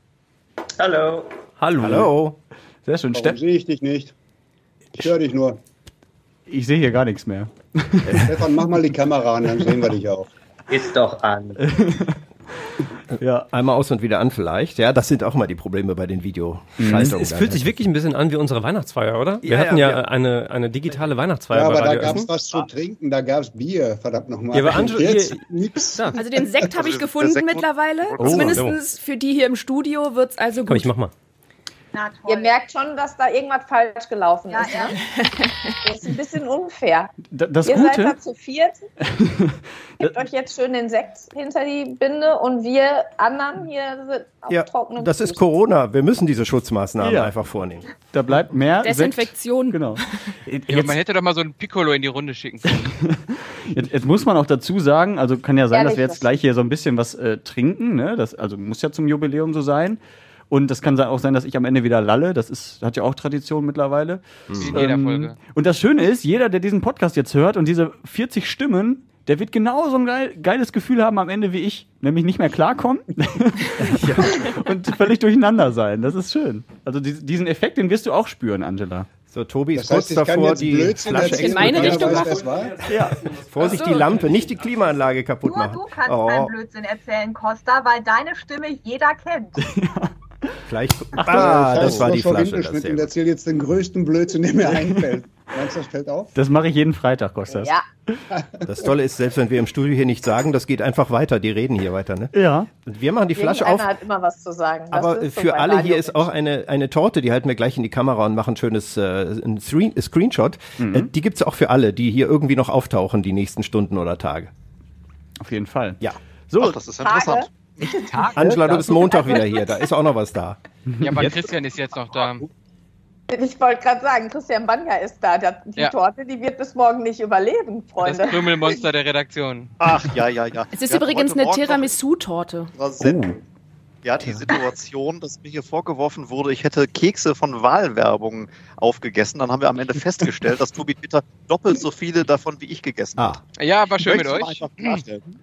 S11: Hallo.
S3: Hallo. Hallo. Sehr schön.
S19: Warum
S3: Ste
S19: sehe ich dich nicht? Ich höre dich nur.
S3: ich sehe hier gar nichts mehr.
S19: Stefan, mach mal die Kamera an, dann sehen wir dich auch.
S11: Ist doch an.
S2: Ja. Einmal aus und wieder an vielleicht. Ja, das sind auch mal die Probleme bei den
S1: Es,
S3: oh
S2: Videoschaltungen. Ne?
S1: es fühlt sich wirklich ein bisschen an wie unsere Weihnachtsfeier, oder? Wir
S2: Ja,
S1: hatten
S2: ja,
S1: ja,
S2: ja.
S1: Eine, eine digitale Weihnachtsfeier
S19: Ja, aber
S1: bei
S19: da
S1: Radio
S19: gab es
S1: Essen.
S19: was zu trinken, da gab es Bier, verdammt nochmal.
S1: Ja, aber Angel-
S19: Jetzt
S1: hier-
S19: nix.
S4: Also den Sekt habe ich gefunden
S19: Sekt-
S4: mittlerweile.
S1: Oh,
S4: Zumindest für die hier im Studio wird es also gut.
S1: Komm, ich mach mal.
S8: Ihr merkt schon, dass da irgendwas falsch gelaufen ist. Ne? Das ist ein bisschen unfair.
S3: Da- das
S8: Ihr
S3: Gute-
S8: seid da zu viert. Gebt euch jetzt schön den Sekt hinter die Binde und wir anderen hier sind auf
S2: ja,
S8: trockenen
S2: das ist
S8: Füßen.
S2: Corona. Wir müssen diese Schutzmaßnahmen
S3: Ja.
S2: einfach vornehmen.
S3: Da bleibt mehr.
S4: Desinfektion.
S3: Genau.
S14: Ja, man hätte doch mal so einen Piccolo in die Runde schicken können.
S3: Jetzt, jetzt muss man auch dazu sagen, also kann ja sein, dass wir
S14: Ehrlich,
S3: jetzt gleich hier so ein bisschen was äh, trinken, ne? Das, also muss ja zum Jubiläum so sein. Und das kann se- auch sein, dass ich am Ende wieder lalle. Das ist, hat ja auch Tradition mittlerweile. Ähm,
S14: Wie in jeder Folge.
S3: Und das Schöne ist, jeder, der diesen Podcast jetzt hört und diese 40 Stimmen, der wird genau so ein geil, geiles Gefühl haben am Ende wie ich, nämlich nicht mehr klarkommen und völlig durcheinander sein. Das ist schön. Also dies- diesen Effekt, den wirst du auch spüren, Angela.
S2: So, Tobi
S19: Das heißt, ich kann jetzt Blödsinn erzählen, keiner weiß, wer es war.
S2: Ja. Vorsicht, die Lampe, nicht die Klimaanlage kaputt
S17: Nur
S2: machen.
S17: du kannst
S2: Oh.
S17: keinen Blödsinn erzählen, Costa, weil deine Stimme jeder kennt.
S2: Gleich. Ah,
S19: Ja, ich
S2: das
S19: hab's
S2: war
S19: doch
S2: die
S19: schon
S2: Flasche. Das ist
S19: hingeschnitten
S2: sehr
S19: und
S2: gut.
S19: erzähl jetzt den größten Blödsinn, der mir einfällt. Meinst du, das fällt auf?
S3: Das mache ich jeden Freitag, Kostas.
S8: Ja.
S2: Das Tolle ist, selbst wenn wir im Studio hier nichts sagen, das geht einfach weiter. Die reden hier weiter, ne?
S3: Ja.
S2: Und wir machen die Flasche auf.
S8: Irgendeiner hat immer was zu sagen. Das
S2: Aber
S8: ist so
S2: für
S8: bei
S2: alle
S8: Radio.
S2: hier ist auch eine, eine Torte, die halten wir gleich in die Kamera und machen ein schönes äh, ein Screen, Screenshot.
S3: Mhm.
S2: Äh, die gibt's auch für alle, die hier irgendwie noch auftauchen die nächsten Stunden oder Tage.
S3: Auf jeden Fall.
S2: Ja.
S3: So.
S9: Ach, das ist interessant.
S2: Angela, du bist Montag wieder hier, da ist auch noch was da.
S14: Ja, aber Christian ist jetzt noch da.
S8: Ich wollte gerade sagen, Christian Banga ist da. Der, die
S14: Ja.
S8: Torte, die wird bis morgen nicht überleben,
S14: Das
S8: Freunde.
S14: Krümelmonster der Redaktion.
S9: Ach, ja, ja, ja.
S4: Es ist
S9: Wir hatten
S4: übrigens
S9: heute
S4: eine
S9: Morgen noch
S4: Tiramisu-Torte.
S9: in unserer Sendung- Ja, die Situation, dass mir hier vorgeworfen wurde, ich hätte Kekse von Wahlwerbung aufgegessen. Dann haben wir am Ende festgestellt, dass Tobi Peter doppelt so viele davon wie ich gegessen
S3: Ah.
S9: hat.
S14: Ja, war schön mit
S9: Möchtest du
S14: euch.
S9: mal einfach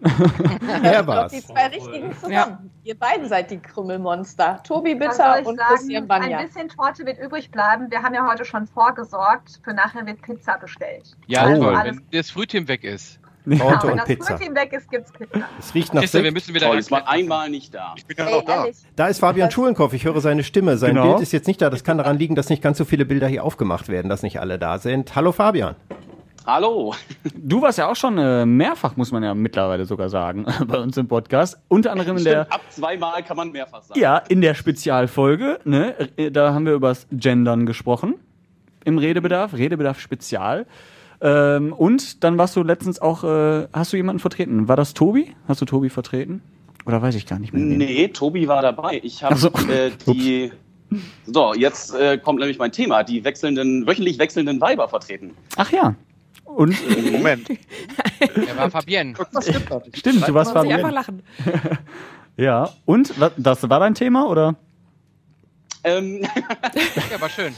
S9: klarstellen?
S8: Er
S9: war's.
S8: Also Die zwei richtigen zusammen.
S14: Ja.
S8: Ihr beiden seid die Krümmelmonster. Tobi
S17: Was soll
S8: Bitter
S17: ich
S8: und
S17: sagen?
S8: Christian Banja.
S17: Ein bisschen Torte wird übrig bleiben. Wir haben ja heute schon vorgesorgt. Für nachher wird Pizza bestellt.
S14: Ja,
S17: Also
S14: toll,
S17: alles
S14: wenn das Frühteam weg ist.
S2: Torte
S17: Wenn
S2: und
S17: das
S2: Pizza.
S17: Brötchen weg ist, gibt's Pizza.
S2: Es riecht nach
S14: Christian, wir
S2: Sekt.
S14: müssen wieder
S11: ich war einmal nicht da. Ich bin
S9: ja
S17: noch da.
S2: Da ist Fabian Schulenkoff, ich höre seine Stimme. Sein
S3: Genau.
S2: Bild ist jetzt nicht da. Das kann daran liegen, dass nicht ganz so viele Bilder hier aufgemacht werden, dass nicht alle da sind. Hallo Fabian.
S11: Hallo.
S3: Du warst ja auch schon äh, mehrfach, muss man ja mittlerweile sogar sagen, bei uns im Podcast. Unter anderem in der,
S11: Stimmt, ab zweimal kann man mehrfach sagen.
S3: ja, in der Spezialfolge. Ne? Äh, Da haben wir über das Gendern gesprochen im Redebedarf, Redebedarf Spezial. Ähm, und dann warst du letztens auch, äh, hast du jemanden vertreten? War das Tobi? Hast du Tobi vertreten? Oder weiß ich gar nicht mehr. wen.
S11: Nee, Tobi war dabei. Ich habe
S3: Ach so.
S11: äh, die. So, jetzt äh, kommt nämlich mein Thema, die wechselnden, wöchentlich wechselnden Weiber vertreten.
S3: Ach ja. Und
S9: Moment.
S14: Er war Fabienne.
S3: Stimmt, du warst
S4: Man muss sich
S3: Fabian.
S4: einfach lachen.
S3: Ja. Und wa- das war dein Thema oder?
S11: Ähm,
S14: Ja, war schön.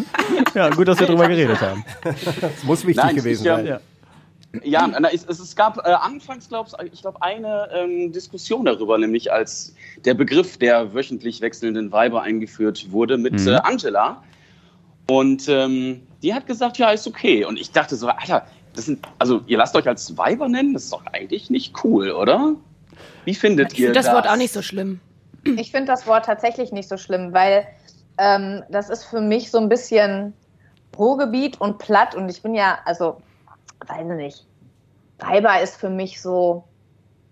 S3: Ja, gut, dass wir drüber geredet haben.
S2: Das muss wichtig
S11: Nein,
S2: gewesen
S11: ich, ähm,
S2: sein.
S11: Ja, na, es, es es gab äh, anfangs, glaub's, ich glaube, eine ähm, Diskussion darüber, nämlich als der Begriff der wöchentlich wechselnden Weiber eingeführt wurde mit
S20: Mhm.
S11: äh, Angela. Und ähm, die hat gesagt, ja, ist okay. Und ich dachte so, Alter, das sind, also ihr lasst euch als Weiber nennen, das ist doch eigentlich nicht cool, oder? Wie findet
S4: Ich
S11: ihr
S4: finde das Wort auch nicht so schlimm.
S8: Ich finde das Wort tatsächlich nicht so schlimm, weil ähm, das ist für mich so ein bisschen Ruhrgebiet und platt und ich bin ja, also, weiß ich nicht, Weiber ist für mich so,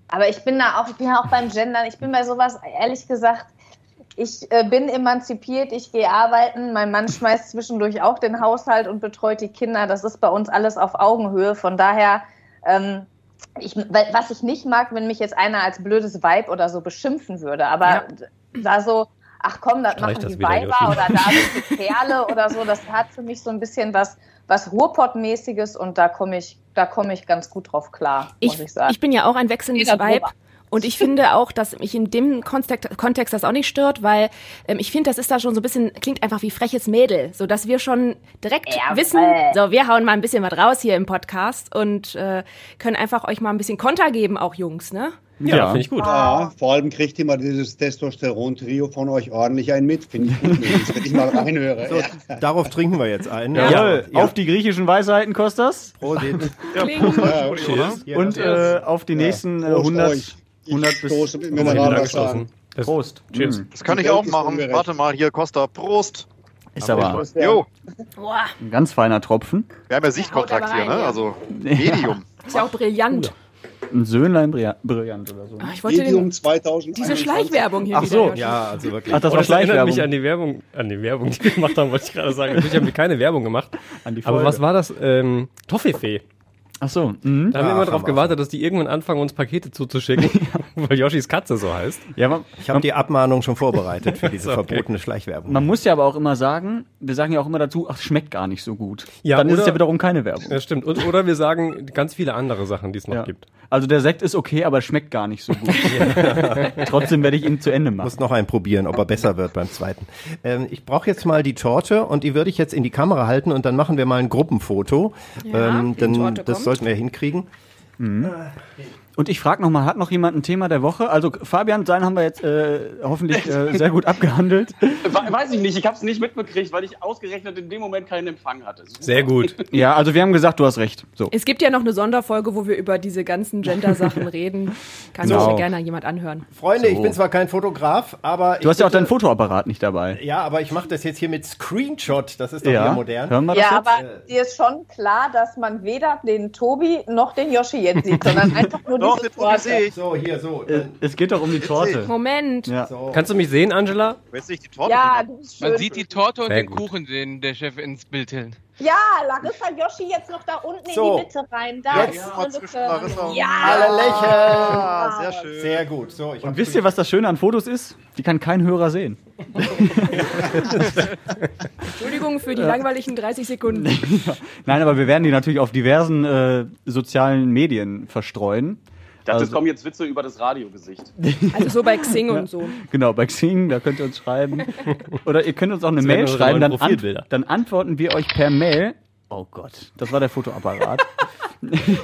S8: aber ich bin da auch, ich bin ja auch beim Gendern, ich bin bei sowas, ehrlich gesagt, ich äh, bin emanzipiert, ich gehe arbeiten, mein Mann schmeißt zwischendurch auch den Haushalt und betreut die Kinder, das ist bei uns alles auf Augenhöhe, von daher, ähm, ich, weil, was ich nicht mag, wenn mich jetzt einer als blödes Weib oder so beschimpfen würde, aber da so, ach komm, das
S20: Streich
S8: machen
S20: das
S8: die
S20: wieder,
S8: Weiber
S20: Joshi.
S8: oder da sind die Kerle oder so, das hat für mich so ein bisschen was, was Ruhrpott-mäßiges und da komme ich, da komme ich ganz gut drauf klar, muss
S4: Ich,
S8: ich, sagen.
S4: ich bin ja auch ein wechselndes
S8: Jeder
S4: Weib.
S8: drüber.
S4: Und ich finde auch, dass mich in dem Kontext, Kontext das auch nicht stört, weil ähm, ich finde, das ist da schon so ein bisschen, klingt einfach wie freches Mädel, so dass wir schon direkt
S12: Jawohl.
S4: wissen, so wir hauen mal ein bisschen was raus hier im Podcast und äh, können einfach euch mal ein bisschen Konter geben, auch Jungs, ne?
S15: finde ich gut.
S19: Ah,
S15: Ja, vor allem kriegt ihr mal dieses Testosteron-Trio von euch ordentlich einen mit, finde ich gut. Nils, Wenn ich mal reinhöre.
S2: So, Darauf trinken wir jetzt ein.
S3: Jawohl, auf die griechischen Weisheiten, Kostas.
S2: Prosit.
S3: Ja,
S2: Kling.
S3: Prost,
S2: Ja,
S3: oder?
S2: Cheers. Ja,
S3: Und
S2: das-
S3: äh, auf die
S2: Ja.
S3: nächsten äh,
S2: Prost
S3: 100,
S2: euch.
S3: 100 bis...
S15: stoße mit
S3: Also,
S15: Mineralwasser
S3: die Mineralstoßen.
S15: an.
S3: Prost.
S15: Cheers.
S3: Mm.
S9: Das kann ich auch machen. Warte mal, hier, Costa, Prost.
S3: Ist aber-
S9: Hm. Jo,
S4: Boah,
S3: Ein ganz feiner Tropfen.
S9: wir haben ja Sichtkontakt
S4: Haut aber
S9: hier, ne?
S4: rein, ja.
S9: Also, Medium.
S4: ist ja auch brillant.
S3: Ein Söhnlein Bri- Brillant oder so.
S4: Ah, ich wollte den, diese Schleichwerbung hier wieder. Joshi.
S2: ja, also wirklich.
S3: Ach, das
S1: Und Oh,
S3: war
S1: erinnert
S3: Schleichwerbung.
S1: mich an die Werbung, an die Werbung, die wir gemacht haben, wollte ich gerade sagen. Natürlich haben wir keine Werbung gemacht.
S3: An die
S1: Aber
S3: Folge.
S1: was war das? Ähm, Toffifee.
S3: Ach so. Mhm.
S1: Da haben wir
S3: Ach,
S1: immer darauf
S3: haben wir
S1: gewartet, dass die irgendwann anfangen, uns Pakete zuzuschicken, weil Yoshis Katze so heißt.
S3: Ja, man,
S2: Ich habe die Abmahnung schon vorbereitet für diese
S1: So, okay.
S2: verbotene Schleichwerbung.
S3: Man muss ja aber auch immer sagen, wir sagen ja auch immer dazu, ach, schmeckt gar nicht so gut.
S1: Ja,
S3: Dann ist es
S1: oder-
S3: ja wiederum keine Werbung.
S1: Das stimmt. Und, oder wir sagen ganz viele andere Sachen, die es noch
S3: Ja.
S1: gibt.
S3: Also der Sekt ist okay, aber schmeckt gar nicht so gut. Trotzdem werde ich ihn zu Ende machen.
S2: Muss noch einen probieren, ob er besser wird beim zweiten. Ähm, ich brauche jetzt mal die Torte und die würde ich jetzt in die Kamera halten und dann machen wir mal ein Gruppenfoto.
S3: Ja,
S2: ähm,
S3: die
S2: dann,
S3: Torte
S2: das
S3: kommt.
S2: sollten wir hinkriegen.
S3: Oh. Mhm. Und ich frage nochmal, hat noch jemand ein Thema der Woche? Also Fabian, sein haben wir jetzt äh, hoffentlich äh, sehr gut abgehandelt.
S11: We- Weiß ich nicht, ich habe es nicht mitbekriegt, weil ich ausgerechnet in dem Moment keinen Empfang hatte.
S3: Sehr gut. Ja, also wir haben gesagt, du hast recht. So.
S4: Es gibt ja noch eine Sonderfolge, wo wir über diese ganzen Gender-Sachen reden. Kann
S3: Genau.
S4: sich ja gerne jemand anhören.
S2: Freunde,
S3: So.
S2: ich bin zwar kein Fotograf, aber ich
S3: Du hast ja auch
S2: bitte-
S3: deinen Fotoapparat nicht dabei.
S2: Ja, aber ich mache das jetzt hier mit Screenshot. Das ist doch
S3: Ja.
S2: wieder modern.
S3: Hören wir
S8: Ja, aber dir ist schon klar, dass man weder den Tobi noch den Yoshi jetzt sieht, sondern einfach nur
S9: Doch,
S8: diese
S9: den Tobi sehe
S8: Torte.
S9: ich.
S2: So, hier, so.
S3: Es geht doch um die Torte.
S4: Moment.
S3: Ja.
S1: Kannst du mich sehen, Angela?
S9: Willst du nicht die Torte?
S8: Ja, du bist
S14: Man
S8: schön.
S14: sieht die Torte und
S1: Sehr
S14: den
S1: gut.
S14: Kuchen, den der Chef ins Bild hält.
S8: Ja, Larissa, Yoshi jetzt noch da unten in
S2: So.
S8: die Mitte rein. Da
S2: Jetzt
S8: ist
S2: mal
S8: die
S2: zwischen
S8: Lücke.
S2: Larissa um. Ah. und-
S8: Ja,
S2: Alle lächeln.
S8: sehr
S2: schön. Sehr gut. So, ich
S3: Und
S2: hab-
S3: wisst ihr, was das Schöne an Fotos ist? Die kann kein Hörer sehen.
S4: Entschuldigung für die
S3: Ja.
S4: langweiligen 30 Sekunden.
S3: Nein, aber wir werden die natürlich auf diversen äh, sozialen Medien verstreuen.
S11: Ich dachte, es
S3: Also-
S11: kommen jetzt Witze über das Radiogesicht.
S4: Also so bei Xing und so.
S3: Genau, bei Xing, da könnt ihr uns schreiben. Oder ihr könnt uns auch eine
S1: Das
S3: Mail
S1: wären unsere
S3: schreiben, dann,
S1: neuen
S3: ant
S1: Profilbilder.
S3: dann antworten wir euch per Mail. Oh Gott, das war der Fotoapparat.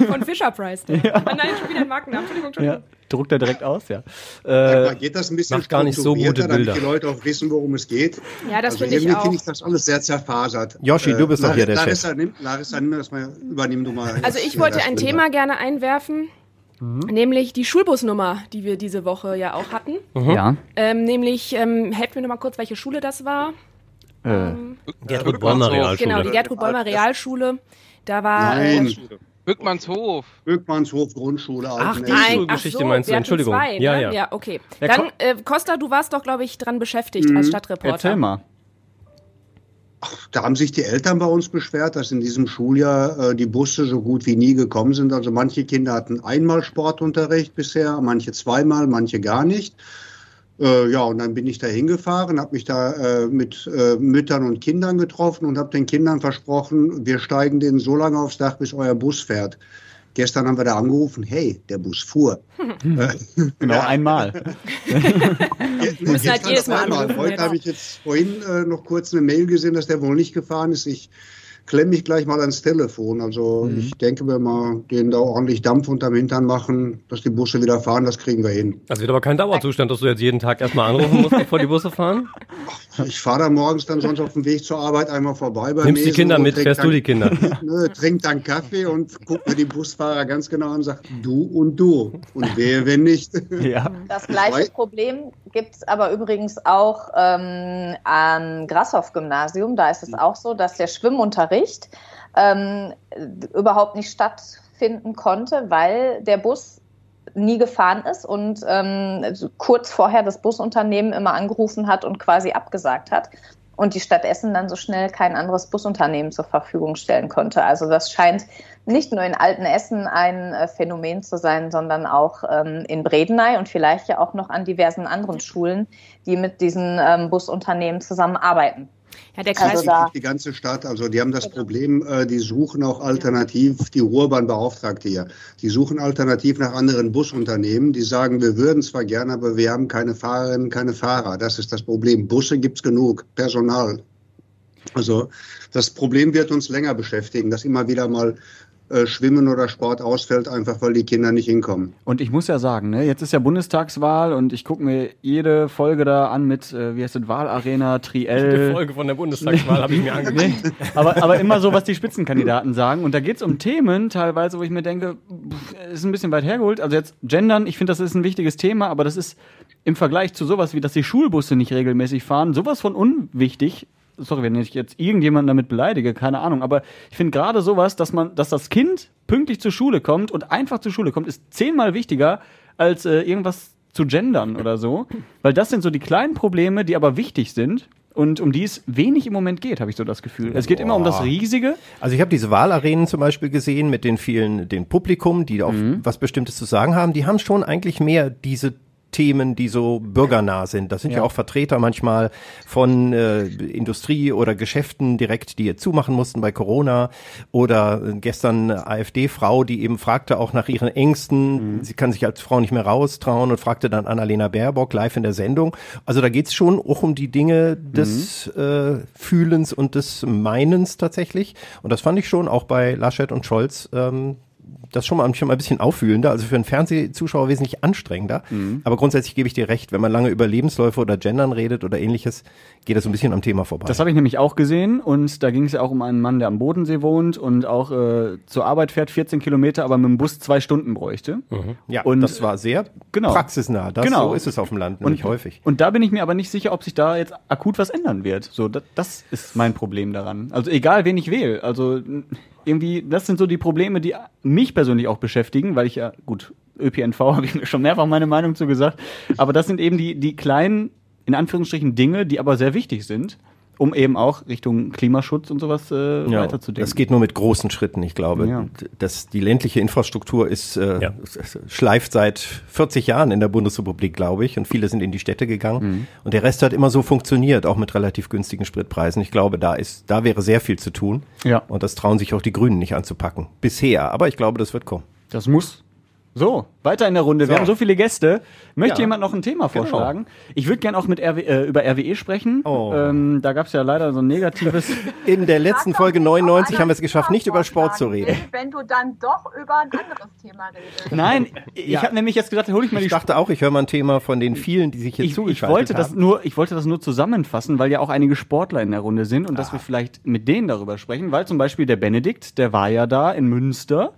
S4: Von Fisher Price. der- Ah, nein, schon wieder ein Markennamen. Entschuldigung,
S3: ja,
S4: Entschuldigung.
S3: druckt er direkt aus, ja.
S15: Sag
S3: Äh,
S15: mal, geht das ein bisschen
S3: macht gar nicht so
S15: strukturierter,
S3: gute
S15: damit
S3: Bilder.
S15: die Leute auch wissen, worum es geht?
S4: Ja, das
S15: also
S4: finde ich
S15: irgendwie
S4: auch.
S15: finde ich das alles sehr zerfasert.
S2: Yoshi, du bist doch
S15: Lar-
S2: hier der
S15: Larissa,
S2: Chef.
S15: Nimm, Larissa, nimm das mal, übernimm du mal.
S4: Also
S15: das-
S4: ich wollte
S15: das
S4: ein
S15: Bild.
S4: Thema gerne einwerfen,
S3: Mhm.
S4: nämlich die Schulbusnummer, die wir diese Woche ja auch hatten.
S3: Ja.
S4: Ähm, nämlich, ähm, helft mir nochmal kurz, welche Schule das war.
S3: Äh,
S1: Gertrud Bäumer Realschule.
S4: Genau, die Gertrud Bäumer Realschule. Da war.
S15: Nein.
S4: äh,
S15: Böckmannshof. Böckmannshof Grundschule.
S1: Ach,
S15: Alten
S1: die
S15: Elbe.
S1: Schulgeschichte
S4: so,
S1: meinst du,
S4: wir hatten
S1: Entschuldigung.
S4: Zwei,
S1: ja,
S4: ne?
S1: ja.
S4: ja, okay.
S1: Ja,
S4: Dann, äh, Costa, du warst doch, glaube ich, dran beschäftigt als Stadtreporter.
S3: Mhm. Hm, Erzähl mal.
S15: Da haben sich die Eltern bei uns beschwert, dass in diesem Schuljahr äh, die Busse so gut wie nie gekommen sind. Also manche Kinder hatten einmal Sportunterricht bisher, manche zweimal, manche gar nicht. Äh, ja, und dann bin ich da hingefahren, habe mich da äh, mit äh, Müttern und Kindern getroffen und habe den Kindern versprochen, wir steigen denen so lange aufs Dach, bis euer Bus fährt. Gestern haben wir da angerufen, hey, der Bus fuhr.
S3: Genau, einmal.
S15: Nee,
S4: müssen halt
S15: gestern
S4: jedes Mal
S15: zweimal.
S4: anrufen.
S1: genau.
S15: Heute
S4: jetzt.
S15: habe ich jetzt vorhin äh, noch kurz eine Mail gesehen, dass der wohl nicht gefahren ist. Ich klemme mich gleich mal ans Telefon. Also
S6: Mhm.
S15: ich denke, wenn wir denen da ordentlich Dampf unterm Hintern machen, dass die Busse wieder fahren, das kriegen wir hin.
S1: Also wird aber kein Dauerzustand, dass du jetzt jeden Tag erstmal anrufen musst, bevor die Busse fahren.
S15: Ich fahre da morgens dann sonst auf dem Weg zur Arbeit einmal vorbei bei
S1: Nimmst die
S15: Mesen
S1: Kinder
S15: und
S1: mit,
S15: trink
S1: fährst
S15: dann-
S1: du die Kinder?
S15: Nö, trink dann Kaffee und guck mir die Busfahrer ganz genau an und sag du und du. Und wehe, wenn nicht.
S3: Ja.
S8: Das gleiche Problem gibt es aber übrigens auch ähm, am Grashoff-Gymnasium. Da ist es auch so, dass der Schwimmunterricht ähm, überhaupt nicht stattfinden konnte, weil der Bus nie gefahren ist und ähm, so kurz vorher das Busunternehmen immer angerufen hat und quasi abgesagt hat. Und die Stadt Essen dann so schnell kein anderes Busunternehmen zur Verfügung stellen konnte. Also das scheint nicht nur in alten Essen ein äh, Phänomen zu sein, sondern auch ähm, in Bredeney und vielleicht ja auch noch an diversen anderen Schulen, die mit diesen ähm, Busunternehmen zusammenarbeiten. Also
S4: Ja, der
S15: Das betrifft die ganze Stadt, also die haben das Problem, äh, die suchen auch alternativ, die Ruhrbahn beauftragt hier, die suchen alternativ nach anderen Busunternehmen, die sagen, wir würden zwar gerne, aber wir haben keine Fahrerinnen, keine Fahrer. Das ist das Problem. Busse gibt's genug, Personal. Also das Problem wird uns länger beschäftigen, dass immer wieder mal äh, Schwimmen oder Sport ausfällt, einfach weil die Kinder nicht hinkommen.
S3: Und ich muss ja sagen, ne, jetzt ist ja Bundestagswahl und ich gucke mir jede Folge da an mit, äh, wie heißt das, Wahlarena, Triell.
S1: Jede Folge von der Bundestagswahl habe ich mir angeguckt.
S3: Nee, aber, aber immer so, was die Spitzenkandidaten sagen. Und da geht es um Themen teilweise, wo ich mir denke, pff, ist ein bisschen weit hergeholt. Also jetzt Gendern, ich finde, das ist ein wichtiges Thema, aber das ist im Vergleich zu sowas wie, dass die Schulbusse nicht regelmäßig fahren, sowas von unwichtig. Sorry, wenn ich jetzt irgendjemanden damit beleidige, keine Ahnung. Aber ich finde gerade sowas, dass man, dass das Kind pünktlich zur Schule kommt und einfach zur Schule kommt, ist zehnmal wichtiger als äh, irgendwas zu gendern oder so. Weil das sind so die kleinen Probleme, die aber wichtig sind und um die es wenig im Moment geht, habe ich so das Gefühl. Es geht immer um das
S2: Boah.
S3: Riesige.
S2: Also ich habe diese Wahlarenen zum Beispiel gesehen mit den vielen, den Publikum, die auf
S3: Mhm.
S2: was Bestimmtes zu sagen haben. Die haben schon eigentlich mehr diese Themen, die so bürgernah sind. Das sind ja,
S3: Ja.
S2: auch Vertreter manchmal von äh, Industrie oder Geschäften direkt, die jetzt zumachen mussten bei Corona. Oder äh, gestern eine AfD-Frau, die eben fragte auch nach ihren Ängsten.
S3: Mhm.
S2: Sie kann sich als Frau nicht mehr raustrauen und fragte dann Annalena Baerbock live in der Sendung. Also da geht's schon auch um die Dinge
S3: Mhm.
S2: des äh, Fühlens und des Meinens tatsächlich. Und das fand ich schon auch bei Laschet und Scholz. Ähm, das schon mal, schon mal ein bisschen auffühlender, also für einen Fernsehzuschauer wesentlich anstrengender.
S9: Hm.
S2: Aber grundsätzlich gebe ich dir recht, wenn man lange über Lebensläufe oder Gendern redet oder ähnliches, geht das so ein bisschen am Thema vorbei.
S3: Das habe ich nämlich auch gesehen und da ging es ja auch um einen Mann, der am Bodensee wohnt und auch äh, zur Arbeit fährt, 14 Kilometer, aber mit dem Bus zwei Stunden bräuchte.
S2: Ja,
S3: und
S2: das war sehr
S3: genau.
S2: praxisnah. Das,
S3: Genau.
S2: So ist es auf dem Land
S3: und,
S2: nämlich häufig.
S3: Und da bin ich mir aber nicht sicher, ob sich da jetzt akut was ändern wird. So, das, das ist mein Problem daran. Also egal, wen ich wähle. Also n- irgendwie, das sind so die Probleme, die mich persönlich auch beschäftigen, weil ich ja, gut, ÖPNV habe ich mir schon mehrfach meine Meinung zu gesagt. Aber das sind eben die, die kleinen, in Anführungsstrichen, Dinge, die aber sehr wichtig sind, um eben auch Richtung Klimaschutz und sowas äh,
S2: Ja,
S3: weiterzudenken.
S2: das geht nur mit großen Schritten, ich glaube.
S3: Ja.
S2: Das, die ländliche Infrastruktur ist, äh, es- es schleift seit 40 Jahren in der Bundesrepublik, glaube ich, und viele sind in die Städte gegangen.
S3: Mhm.
S2: Und der Rest hat immer so funktioniert, auch mit relativ günstigen Spritpreisen. Ich glaube, da ist, da wäre sehr viel zu tun.
S3: Ja.
S2: Und das trauen sich auch die Grünen nicht anzupacken. Bisher, aber ich glaube, das wird kommen.
S3: Das muss. So, weiter in der Runde. Wir
S2: So.
S3: haben so viele Gäste. Möchte
S2: Ja.
S3: jemand noch ein Thema
S2: Genau.
S3: vorschlagen? Ich würde gerne auch mit RW, äh, über RWE sprechen. Ähm, da gab es ja leider so ein negatives.
S2: Oh. In der letzten Folge 99 haben wir es geschafft, nicht über Sport zu reden.
S17: Wenn du dann doch über ein anderes Thema redest.
S3: Nein, ich
S2: Ja.
S3: habe nämlich jetzt gesagt, hol ich mal die
S2: Ich dachte auch, ich höre mal ein Thema von den vielen, die sich hier
S3: ich, ich,
S2: zugeschaltet
S3: wollte das
S2: haben.
S3: nur, ich wollte das nur zusammenfassen, weil ja auch einige Sportler in der Runde sind und dass wir vielleicht mit denen darüber sprechen, weil zum Beispiel der Benedikt, der war ja da in Münster.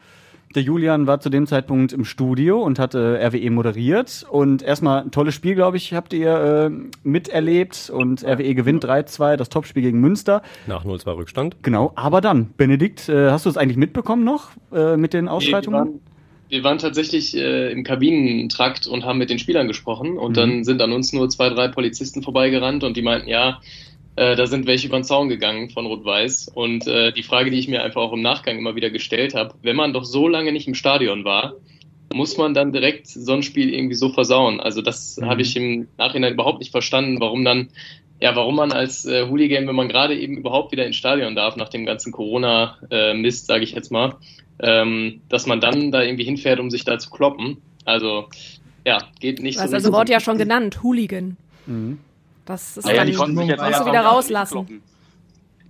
S3: Der Julian war zu dem Zeitpunkt im Studio und hat äh, RWE moderiert. Und erstmal ein tolles Spiel, glaube ich, habt ihr äh, miterlebt. Und RWE gewinnt 3-2, das Topspiel gegen Münster.
S1: Nach 0-2 Rückstand.
S3: Genau, aber dann, Benedikt, äh, hast du es eigentlich mitbekommen noch äh, mit den Ausschreitungen?
S20: waren- Wir waren tatsächlich äh, im Kabinentrakt und haben mit den Spielern gesprochen und
S3: Mhm.
S20: dann sind an uns nur zwei, drei Polizisten vorbeigerannt und die meinten, ja, äh, da sind welche über den Zaun gegangen von Rot-Weiß. Und äh, die Frage, die ich mir einfach auch im Nachgang immer wieder gestellt habe, wenn man doch so lange nicht im Stadion war, muss man dann direkt so ein Spiel irgendwie so versauen? Also das
S3: Mhm.
S20: habe ich im Nachhinein überhaupt nicht verstanden, warum dann, ja, warum man als äh, Hooligan, wenn man gerade eben überhaupt wieder ins Stadion darf, nach dem ganzen Corona-Mist, sage ich jetzt mal, ähm, dass man dann da irgendwie hinfährt, um sich da zu kloppen. Also ja, geht nicht
S4: Du hast
S20: so
S4: das
S20: richtig.
S4: Wort ja schon genannt, Hooligan. Das ist
S3: Mhm.
S20: Naja,
S4: dann,
S1: Ah
S20: die konnten sich jetzt
S4: musst du
S20: einfach
S4: wieder
S20: nicht
S4: rauslassen.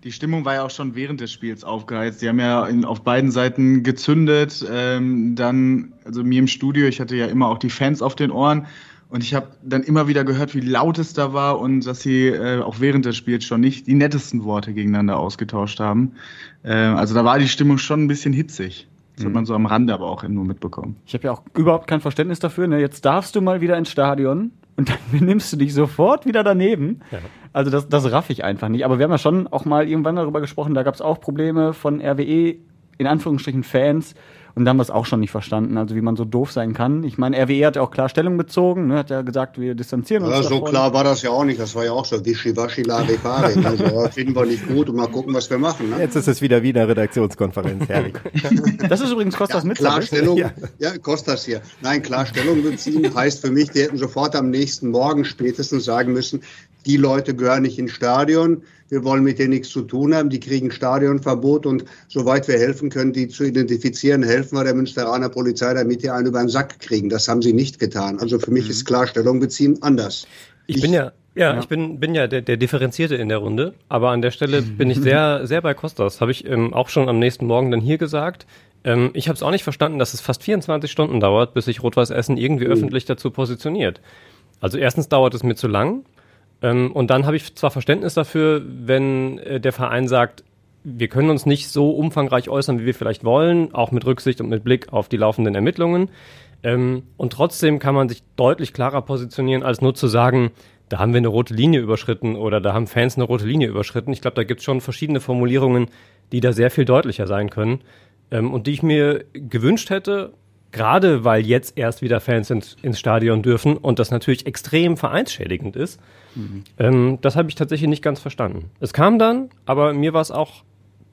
S19: Die Stimmung war ja auch schon während des Spiels aufgeheizt. Die haben ja in, auf beiden Seiten gezündet. Ähm, dann, also mir im Studio, ich hatte ja immer auch die Fans auf den Ohren. Und ich habe dann immer wieder gehört, wie laut es da war und dass sie äh, auch während des Spiels schon nicht die nettesten Worte gegeneinander ausgetauscht haben. Äh, also da war die Stimmung schon ein bisschen hitzig. Das hat man so am Rande aber auch nur mitbekommen.
S3: Ich habe ja auch überhaupt kein Verständnis dafür. Ne? Jetzt darfst du mal wieder ins Stadion und dann benimmst du dich sofort wieder daneben. Also das, das raff ich einfach nicht. Aber wir haben ja schon auch mal irgendwann darüber gesprochen, da gab es auch Probleme von RWE, in Anführungsstrichen Fans. Und da haben wir es auch schon nicht verstanden, also wie man so doof sein kann. Ich meine, RWE hat ja auch klar Stellung bezogen, ne? hat ja gesagt, wir distanzieren uns.
S15: Ja, so
S3: davon.
S15: klar war das ja auch nicht. Das war ja auch so wischiwaschi lari pari. Also ja, finden wir nicht gut und mal gucken, was wir machen. Ne?
S2: Jetzt ist es wieder wie eine Redaktionskonferenz, herrlich.
S3: Das ist übrigens Kostas ne? mit.
S15: Klarstellung, ja. ja, Kostas hier. Nein, Klarstellung beziehen heißt für mich, die hätten sofort am nächsten Morgen spätestens sagen müssen, die Leute gehören nicht ins Stadion, wir wollen mit denen nichts zu tun haben, die kriegen Stadionverbot und soweit wir helfen können, die zu identifizieren, helfen wir der Münsteraner Polizei, damit die einen über den Sack kriegen. Das haben sie nicht getan. Also für
S3: Mhm.
S15: mich ist Klarstellung beziehen anders.
S1: Ich, bin ja, ja, ich bin, bin ja der, der Differenzierte in der Runde, aber an der Stelle bin ich sehr, sehr bei Kostas. Habe ich ähm, auch schon am nächsten Morgen dann hier gesagt. Ähm, ich habe es auch nicht verstanden, dass es fast 24 Stunden dauert, bis sich Rot-Weiß Essen irgendwie
S15: Oh.
S1: öffentlich dazu positioniert. Also erstens dauert es mir zu lang. Ähm, und dann habe ich zwar Verständnis dafür, wenn äh, der Verein sagt, wir können uns nicht so umfangreich äußern, wie wir vielleicht wollen, auch mit Rücksicht und mit Blick auf die laufenden Ermittlungen. Ähm, und trotzdem kann man sich deutlich klarer positionieren, als nur zu sagen, da haben wir eine rote Linie überschritten oder da haben Fans eine rote Linie überschritten. Ich glaube, da gibt es schon verschiedene Formulierungen, die da sehr viel deutlicher sein können ähm, und die ich mir gewünscht hätte, gerade weil jetzt erst wieder Fans ins, ins Stadion dürfen und das natürlich extrem vereinsschädigend ist. Ähm, das habe ich tatsächlich nicht ganz verstanden. Es kam dann, aber mir war es auch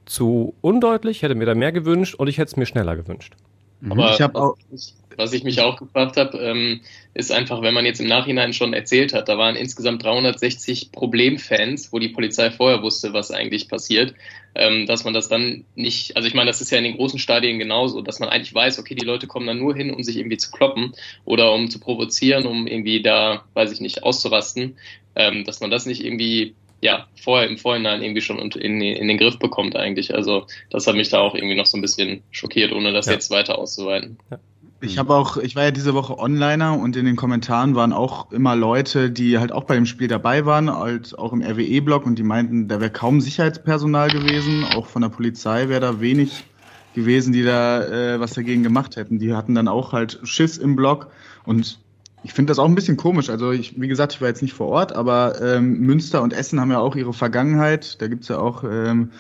S1: zu undeutlich. Ich hätte mir da mehr gewünscht und ich hätte es mir schneller gewünscht.
S20: Aber was, was ich mich auch gefragt habe, ähm, ist einfach, wenn man jetzt im Nachhinein schon erzählt hat, da waren insgesamt 360 Problemfans, wo die Polizei vorher wusste, was eigentlich passiert, ähm, dass man das dann nicht, also ich meine, das ist ja in den großen Stadien genauso, dass man eigentlich weiß, okay, die Leute kommen dann nur hin, um sich irgendwie zu kloppen oder um zu provozieren, um irgendwie da, weiß ich nicht, auszurasten, ähm, dass man das nicht irgendwie ja, vorher im Vorhinein irgendwie schon und in, in den Griff bekommt eigentlich. Also das hat mich da auch irgendwie noch so ein bisschen schockiert, ohne das
S19: Ja.
S20: jetzt weiter auszuweiten.
S19: Ich habe auch, ich war ja diese Woche Onliner und in den Kommentaren waren auch immer Leute, die halt auch bei dem Spiel dabei waren, als auch im RWE-Blog und die meinten, da wäre kaum Sicherheitspersonal gewesen, auch von der Polizei wäre da wenig gewesen, die da äh, was dagegen gemacht hätten. Die hatten dann auch halt Schiss im Blog und ich finde das auch ein bisschen komisch. Also ich, wie gesagt, ich war jetzt nicht vor Ort, aber ähm, Münster und Essen haben ja auch ihre Vergangenheit. Da gibt's ja auch ähm,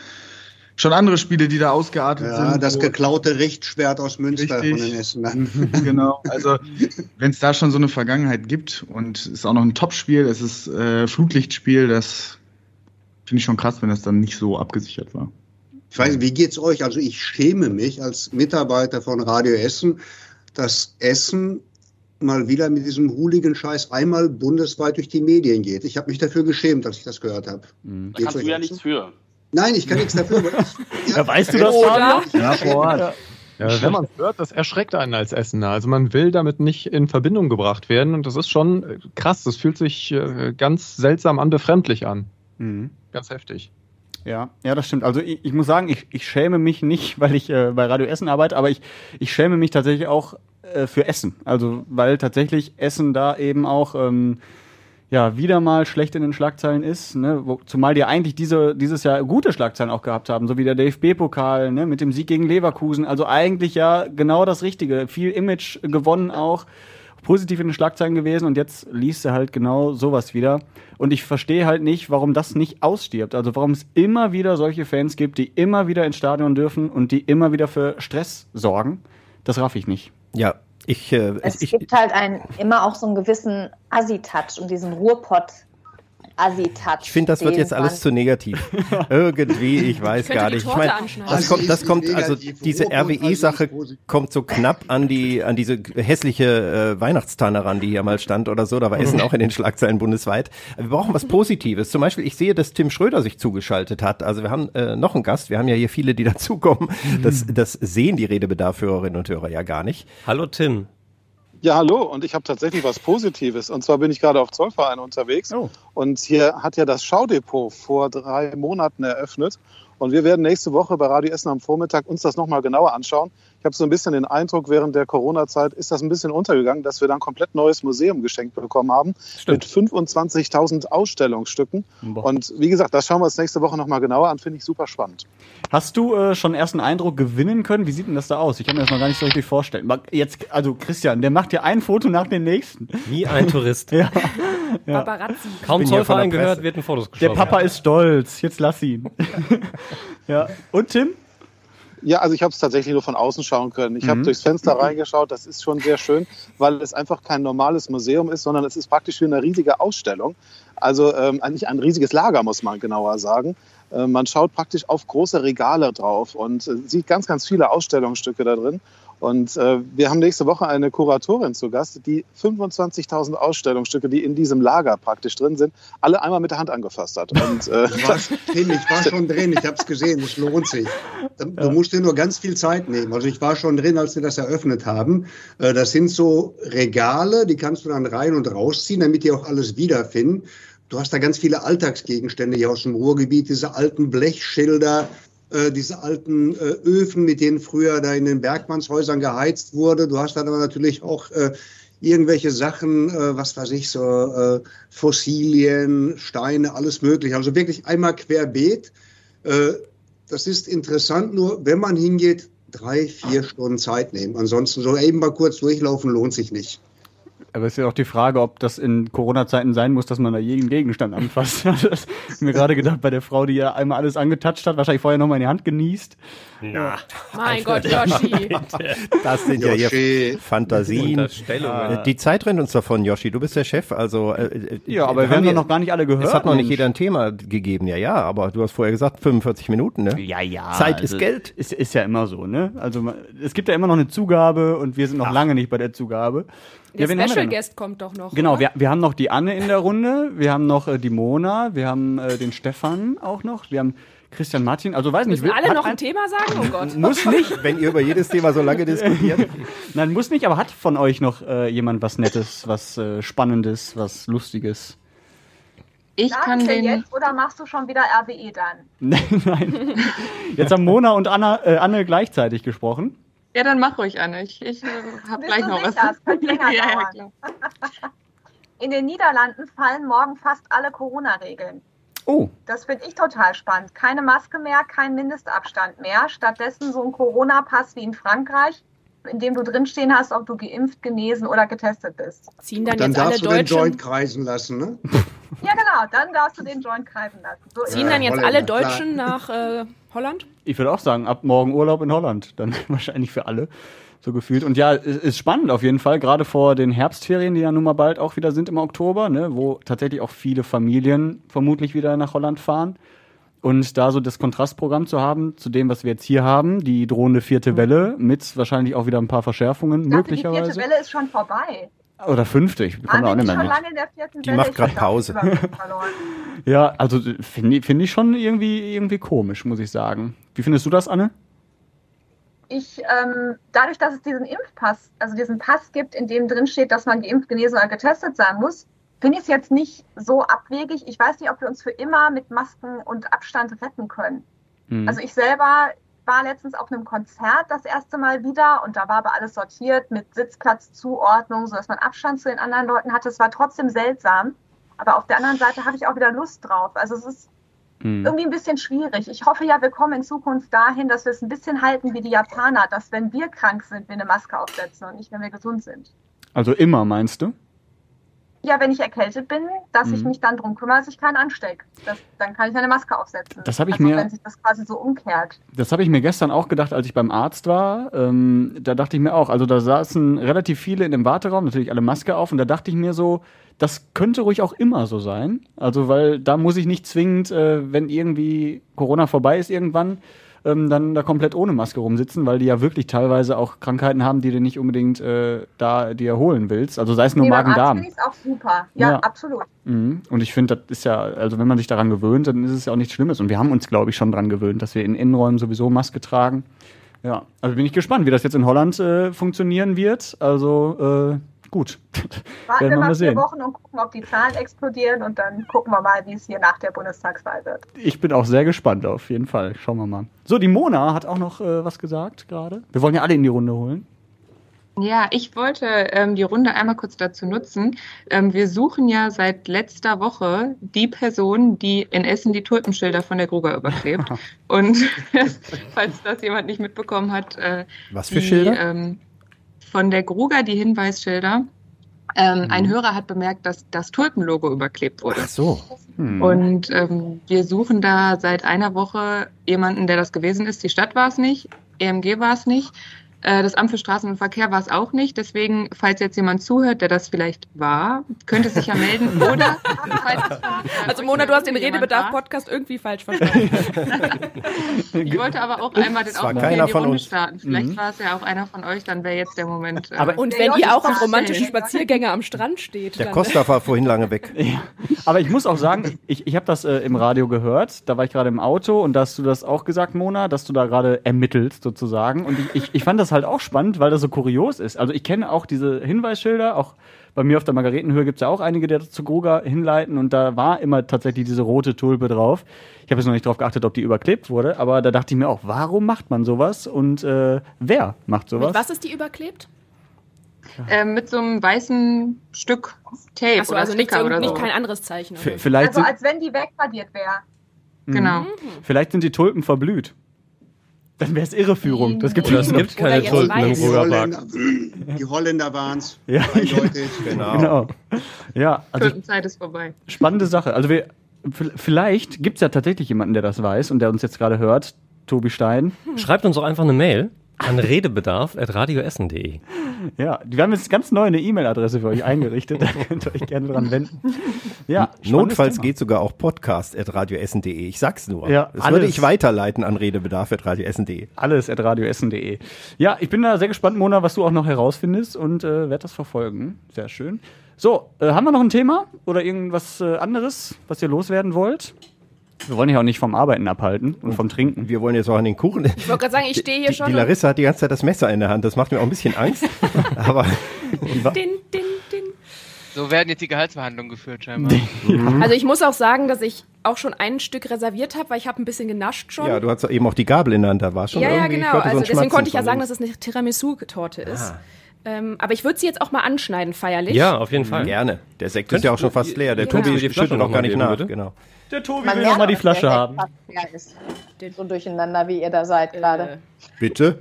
S19: schon andere Spiele, die da ausgeartet
S15: Ja,
S19: sind.
S15: das
S19: wo-
S15: geklaute Richtschwert aus Münster
S19: Richtig.
S15: von den Essen.
S19: genau, also wenn es da schon so eine Vergangenheit gibt und es ist auch noch ein Topspiel, es ist äh, Flutlichtspiel, das finde ich schon krass, wenn das dann nicht so abgesichert war.
S15: Ich weiß nicht, wie geht's euch? Also ich schäme mich als Mitarbeiter von Radio Essen, dass Essen mal wieder mit diesem hooligan Scheiß einmal bundesweit durch die Medien geht. Ich habe mich dafür geschämt, als ich das gehört habe.
S11: Da kannst du ja nichts für.
S15: Nein, ich kann nichts dafür. aber ich-
S11: Ja, weißt du das, Fabian? Ja, vor Ort.
S16: Ja, wenn man es hört, das erschreckt einen als Essener. Also man will damit nicht in Verbindung gebracht werden und das ist schon äh, krass. Das fühlt sich äh, ganz seltsam an, befremdlich an.
S1: Mhm.
S16: Ganz heftig.
S3: Ja, ja, das stimmt. Also ich, ich muss sagen, ich, ich schäme mich nicht, weil ich äh, bei Radio Essen arbeite, aber ich, ich schäme mich tatsächlich auch äh, für Essen. Also weil tatsächlich Essen da eben auch ähm, ja wieder mal schlecht in den Schlagzeilen ist. Ne? Wo, zumal die ja eigentlich diese, dieses Jahr gute Schlagzeilen auch gehabt haben, so wie der DFB-Pokal ne? mit dem Sieg gegen Leverkusen. Also eigentlich ja genau das Richtige. Viel Image gewonnen auch positiv in den Schlagzeilen gewesen und jetzt liest er halt genau sowas wieder. Und ich verstehe halt nicht, warum das nicht ausstirbt. Also warum es immer wieder solche Fans gibt, die immer wieder ins Stadion dürfen und die immer wieder für Stress sorgen. Das raff ich nicht.
S2: Ja, ich, äh,
S8: Es gibt halt einen, immer auch so einen gewissen Assi-Touch und diesen Ruhrpott-Assi-Touch.
S2: Ich finde, das wird jetzt alles zu negativ. Irgendwie, ich weiß
S8: Ich könnte
S2: gar
S8: die
S2: nicht. Ich
S8: Torte
S2: meine,
S8: anschneiden.
S2: das kommt, das
S8: Positiv,
S2: kommt, also
S8: negativ,
S2: diese
S8: Ruhe und
S2: RWE-Sache kommt so knapp an die, an diese hässliche äh, Weihnachtstanne ran, die hier mal stand oder so. Da war
S8: Mhm.
S2: Essen auch in den Schlagzeilen bundesweit. Wir brauchen was Positives. Zum Beispiel, ich sehe, dass Tim Schröder sich zugeschaltet hat. Also wir haben äh, noch einen Gast. Wir haben ja hier viele, die
S8: Mhm.
S2: dazukommen. Das, das sehen die Redebedarf-Hörerinnen und Hörer ja gar nicht.
S1: Hallo Tim.
S21: Ja, hallo. Und ich habe tatsächlich was Positives. Und zwar bin ich gerade auf Zollvereine unterwegs. Und hier hat ja das Schaudepot vor drei Monaten eröffnet. Und wir werden nächste Woche bei Radio Essen am Vormittag uns das nochmal genauer anschauen. Ich habe so ein bisschen den Eindruck, während der Corona-Zeit ist das ein bisschen untergegangen, dass wir dann ein komplett neues Museum geschenkt bekommen haben mit 25.000 Ausstellungsstücken. Und wie gesagt, das schauen wir uns nächste Woche nochmal genauer an. Finde ich super spannend.
S3: Hast du äh, schon ersten Eindruck gewinnen können? Wie sieht denn das da aus? Ich kann mir das noch gar nicht so richtig vorstellen. Mal Jetzt, also Christian, der macht ja ein Foto nach dem nächsten.
S1: Wie ein Tourist.
S3: ja.
S4: Paparazzi.
S1: Kaum
S3: Ich bin hier von der
S1: Zollverein gehört,
S3: Presse.
S1: wird ein Fotos
S3: Der
S1: geschossen.
S3: Papa ist stolz. Jetzt lass ihn. ja. Und Tim?
S21: Ja, also ich habe es tatsächlich nur von außen schauen können. Ich habe
S3: Mhm.
S21: durchs Fenster reingeschaut. Das ist schon sehr schön, weil es einfach kein normales Museum ist, sondern es ist praktisch wie eine riesige Ausstellung. Also ähm, eigentlich ein riesiges Lager, muss man genauer sagen. Äh, man schaut praktisch auf große Regale drauf und äh, sieht ganz, ganz viele Ausstellungsstücke da drin. Und äh, wir haben nächste Woche eine Kuratorin zu Gast, die 25.000 Ausstellungsstücke, die in diesem Lager praktisch drin sind, alle einmal mit der Hand angefasst hat. Und, äh,
S15: Was? Tim, ich war schon drin, ich habe es gesehen, es lohnt sich. Du, du musst dir nur ganz viel Zeit nehmen. Also ich war schon drin, als wir das eröffnet haben. Äh, Das sind so Regale, die kannst du dann rein und rausziehen, damit die auch alles wiederfinden. Du hast da ganz viele Alltagsgegenstände hier aus dem Ruhrgebiet, diese alten Blechschilder, äh, diese alten äh, Öfen, mit denen früher da in den Bergmannshäusern geheizt wurde. Du hast dann aber natürlich auch äh, irgendwelche Sachen, äh, was weiß ich, so äh, Fossilien, Steine, alles mögliche. Also wirklich einmal querbeet. Äh, das ist interessant, nur wenn man hingeht, drei, vier Stunden Zeit nehmen. Ansonsten so eben mal kurz durchlaufen lohnt sich nicht.
S3: Aber Also es ist ja auch die Frage, ob das in Corona-Zeiten sein muss, dass man da jeden Gegenstand anfasst. das hab ich mir gerade gedacht, bei der Frau, die ja einmal alles angetatscht hat, wahrscheinlich vorher nochmal in die Hand genießt.
S1: Ja.
S4: Mein Gott, Yoshi.
S2: Das sind ja
S3: Yoshi.
S2: hier Fantasien.
S3: Unterstellungen.
S2: Äh, Die Zeit rennt uns davon, Yoshi. Du bist der Chef, also. äh,
S3: Ja, aber wir
S2: haben
S3: haben doch noch gar nicht alle gehört,
S2: Es hat noch nicht
S3: Mensch.
S2: jeder ein Thema gegeben, ja, ja. Aber du hast vorher gesagt, 45 Minuten, ne?
S3: Ja, ja.
S2: Zeit
S3: also,
S2: ist Geld.
S3: Ist, ist ja immer so, ne? Also man, es gibt ja immer noch eine Zugabe und wir sind noch lange nicht bei der Zugabe.
S4: Der
S3: wen haben wir
S4: Special
S3: denn noch?
S4: Guest kommt doch noch.
S3: Genau,
S4: oder?
S3: wir, wir haben noch die Anne in der Runde, wir haben noch äh, die Mona, wir haben äh, den Stefan auch noch, wir haben Christian Martin, also weiß nicht.
S4: Müssen
S3: will-
S4: alle
S3: hat
S4: noch
S3: ein-
S4: ein Thema sagen? Oh Gott.
S3: Muss nicht, wenn ihr über jedes Thema so lange diskutiert. Nein, muss nicht, aber hat von euch noch äh, jemand was Nettes, was äh, Spannendes, was Lustiges?
S18: Ich
S17: Sagen
S18: kann
S17: wir
S18: den-
S17: jetzt oder machst du schon wieder RWE dann?
S3: Jetzt haben Mona und Anna, äh, Anne gleichzeitig gesprochen.
S18: Ja, dann mach ruhig, Anne. Ich, ich äh, hab
S17: Bist
S18: gleich
S17: du
S18: noch was.
S17: sicher? Es könnte länger
S18: ja, ja,
S17: dauern.
S18: klar.
S17: In den Niederlanden fallen morgen fast alle Corona-Regeln.
S3: Oh.
S17: Das finde ich total spannend. Keine Maske mehr, kein Mindestabstand mehr. Stattdessen so ein Corona-Pass wie in Frankreich, in dem du drinstehen hast, ob du geimpft, genesen oder getestet bist.
S4: Ziehen
S15: Dann darfst du den Joint kreisen lassen, ne?
S17: Ja, genau, dann darfst du den Joint kreisen lassen. So ist
S4: Ziehen
S17: es.
S4: dann jetzt
S3: Holländer,
S4: alle
S3: klar.
S4: Deutschen nach äh, Holland?
S3: Ich würde auch sagen, ab morgen Urlaub in Holland. Dann wahrscheinlich für alle. So gefühlt. Und ja, es ist spannend auf jeden Fall, gerade vor den Herbstferien, die ja nun mal bald auch wieder sind im Oktober, ne, wo tatsächlich auch viele Familien vermutlich wieder nach Holland fahren. Und da so das Kontrastprogramm zu haben zu dem, was wir jetzt hier haben, die drohende vierte Welle mit wahrscheinlich auch wieder ein paar Verschärfungen
S17: Mhm. Ich dachte, die vierte
S3: möglicherweise.
S17: Welle ist schon vorbei.
S3: Oder fünfte, ich
S17: Waren
S3: komme
S17: wir
S3: auch nicht
S17: nicht
S3: mehr
S17: schon
S3: mit.
S17: lange in der vierten
S3: Die
S17: Welle?
S3: macht
S17: Ich
S3: grad
S17: hab den
S3: Pause.
S17: Überblick verloren.
S3: Ja, also finde ich- finde ich schon irgendwie, irgendwie komisch, muss ich sagen. Wie findest du das, Anne?
S17: ich, ähm, dadurch, dass es diesen Impfpass, also diesen Pass gibt, in dem drin steht, dass man geimpft, genesen oder getestet sein muss, finde ich es jetzt nicht so abwegig. Ich weiß nicht, ob wir uns für immer mit Masken und Abstand retten können. Also ich selber war letztens auf einem Konzert das erste Mal wieder und da war aber alles sortiert mit Sitzplatzzuordnung, sodass man Abstand zu den anderen Leuten hatte. Es war trotzdem seltsam. Aber auf der anderen Seite habe ich auch wieder Lust drauf. Also es ist
S3: Mhm.
S17: irgendwie ein bisschen schwierig. Ich hoffe ja, wir kommen in Zukunft dahin, dass wir es ein bisschen halten wie die Japaner, dass wenn wir krank sind, wir eine Maske aufsetzen und nicht, wenn wir gesund sind.
S3: Also immer, meinst du?
S17: Ja, wenn ich erkältet bin, dass ich
S3: Mhm.
S17: mich dann drum kümmere, dass ich keinen anstecke. Das, dann kann ich eine Maske aufsetzen.
S3: Das habe ich
S17: also,
S3: mir-
S17: Wenn sich das quasi so umkehrt.
S3: Das habe ich mir gestern auch gedacht, als ich beim Arzt war. Ähm, da dachte ich mir auch, also da saßen relativ viele in dem Warteraum, natürlich alle Maske auf, und da dachte ich mir so, das könnte ruhig auch immer so sein. Also, weil da muss ich nicht zwingend, äh, wenn irgendwie Corona vorbei ist irgendwann, ähm, dann da komplett ohne Maske rumsitzen, weil die ja wirklich teilweise auch Krankheiten haben, die du nicht unbedingt äh, da dir holen willst. Also sei es nur
S17: Nee, beim Arzt
S3: Magen-Darm.
S17: finde ich es auch super. Ja,
S3: Ja.
S17: absolut.
S3: Mhm. Und ich finde, das ist ja, also wenn man sich daran gewöhnt, dann ist es ja auch nichts Schlimmes. Und wir haben uns, glaube ich, schon daran gewöhnt, dass wir in Innenräumen sowieso Maske tragen. Ja, also bin ich gespannt, wie das jetzt in Holland äh, funktionieren wird. Also äh, gut.
S17: Warten wir
S3: Werden wir
S17: mal
S3: mal
S17: vier
S3: sehen.
S17: Wochen und gucken, ob die Zahlen explodieren und dann gucken wir mal, wie es hier nach der Bundestagswahl wird.
S3: Ich bin auch sehr gespannt auf jeden Fall. Schauen wir mal. So, die Mona hat auch noch äh, was gesagt gerade. Wir wollen ja alle in die Runde holen.
S18: Ja, ich wollte ähm, die Runde einmal kurz dazu nutzen. Ähm, wir suchen ja seit letzter Woche die Person, die in Essen die Tulpenschilder von der Gruger überklebt. Und falls das jemand nicht mitbekommen hat, äh,
S2: Was für Schilder?
S18: ähm, von der Gruger die Hinweisschilder. Ähm, Ein
S2: Mhm.
S18: Hörer hat bemerkt, dass das Tulpenlogo überklebt wurde.
S2: Ach so.
S3: Hm.
S4: Mhm.
S18: Und ähm, wir suchen da seit einer Woche jemanden, der das gewesen ist. Die Stadt war es nicht, E EMG war es nicht, äh, das Amt für Straßen und Verkehr war es auch nicht. Deswegen, falls jetzt jemand zuhört, der das vielleicht war, könnte sich ja melden. Oder
S4: Also Mona, du hast den Redebedarf-Podcast irgendwie falsch verstanden.
S18: ich wollte aber auch einmal den
S4: Es war
S18: Aufruf
S4: keiner
S18: hier in die
S4: von
S18: Runde
S4: uns.
S18: starten. Vielleicht
S4: Mhm.
S18: war es ja auch einer von euch, dann wäre jetzt der Moment. äh,
S4: und wenn ihr auch auf romantischen Spaziergänger am Strand steht,
S2: Der
S4: dann
S2: Costa war vorhin lange weg.
S3: Aber ich muss auch sagen, ich, ich habe das äh, im Radio gehört, da war ich gerade im Auto und da hast du das auch gesagt, Mona, dass du da gerade ermittelst sozusagen. Und ich, ich, ich fand das halt auch spannend, weil das so kurios ist. Also ich kenne auch diese Hinweisschilder, auch bei mir auf der Margaretenhöhe gibt es ja auch einige, die zu Gruger hinleiten und da war immer tatsächlich diese rote Tulpe drauf. Ich habe jetzt noch nicht darauf geachtet, ob die überklebt wurde, aber da dachte ich mir auch, warum macht man sowas und äh, wer macht sowas?
S4: mit was ist die überklebt?
S18: äh, mit so einem weißen Stück Tape
S4: Achso,
S18: oder
S4: also nicht,
S18: Sticker
S4: so-
S18: oder so.
S4: nicht kein anderes Zeichen.
S3: V- vielleicht
S17: also
S3: sind-
S17: als wenn die wegradiert wäre.
S3: Mhm.
S18: Genau.
S3: Vielleicht sind die Tulpen verblüht. Dann wäre es Irreführung. Das gibt's
S15: Oder es gibt
S1: keine Tulpen im
S15: Die
S1: Ruhrpark.
S15: Holländer, die Holländer waren es.
S3: Ja.
S15: Eindeutig.
S3: Genau. Ja, also
S18: Tulpenzeit ist vorbei.
S3: spannende Sache. Also wir, v- vielleicht gibt es ja tatsächlich jemanden, der das weiß und der uns jetzt gerade hört. Tobi Stein.
S5: Schreibt uns doch einfach eine Mail an redebedarf.radioessen.de.
S3: Ja, wir haben jetzt ganz neu eine E-Mail-Adresse für euch eingerichtet. Da könnt ihr euch gerne dran wenden. Ja, spannendes
S2: Notfalls
S3: Thema.
S2: geht sogar auch podcast.radioessen.de. Ich sag's nur.
S3: Ja,
S2: das würde
S3: alles.
S2: ich weiterleiten an redebedarf.radioessen.de.
S3: Alles at radioessen.de. Ja, ich bin da sehr gespannt, Mona, was du auch noch herausfindest und äh, werde das verfolgen. Sehr schön. So, äh, haben wir noch ein Thema oder irgendwas äh, anderes, was ihr loswerden wollt? Wir wollen ja auch nicht vom Arbeiten abhalten und vom Trinken.
S2: Wir wollen jetzt auch an den Kuchen.
S4: Ich wollte gerade sagen, ich stehe hier
S2: Die,
S4: schon.
S2: die Larissa hat die ganze Zeit das Messer in der Hand. Das macht mir auch ein bisschen Angst. Aber
S4: und din, din, din.
S14: So werden jetzt die Gehaltsverhandlungen geführt, scheinbar.
S2: Mhm.
S4: Also ich muss auch sagen, dass ich auch schon ein Stück reserviert habe, weil ich habe ein bisschen genascht schon.
S2: ja, du hast eben auch die Gabel in der Hand. Da war schon
S4: ja, ja,
S2: irgendwie. ich
S4: genau.
S2: hörte so
S4: also
S2: ein
S4: deswegen
S2: Schmatzen
S4: konnte ich ja
S2: von
S4: sagen,
S2: links.
S4: dass es eine Tiramisu-Torte ist.
S2: Ah.
S4: Ähm, aber ich würde sie jetzt auch mal anschneiden, feierlich.
S2: Ja, auf jeden Fall.
S5: Gerne.
S2: Der Sekt ist ja auch schon fast leer. Der
S4: Ja.
S2: Tobi
S5: Könntest du die Flasche
S2: schüttet noch
S5: noch mal
S2: gar nicht
S5: geben,
S2: nach.
S5: bitte?
S2: Genau.
S3: Der
S2: Tobi
S8: Man merkt aber, dass der Sekt fast leer ist. Steht so durcheinander, wie ihr da seid gerade.
S2: Bitte?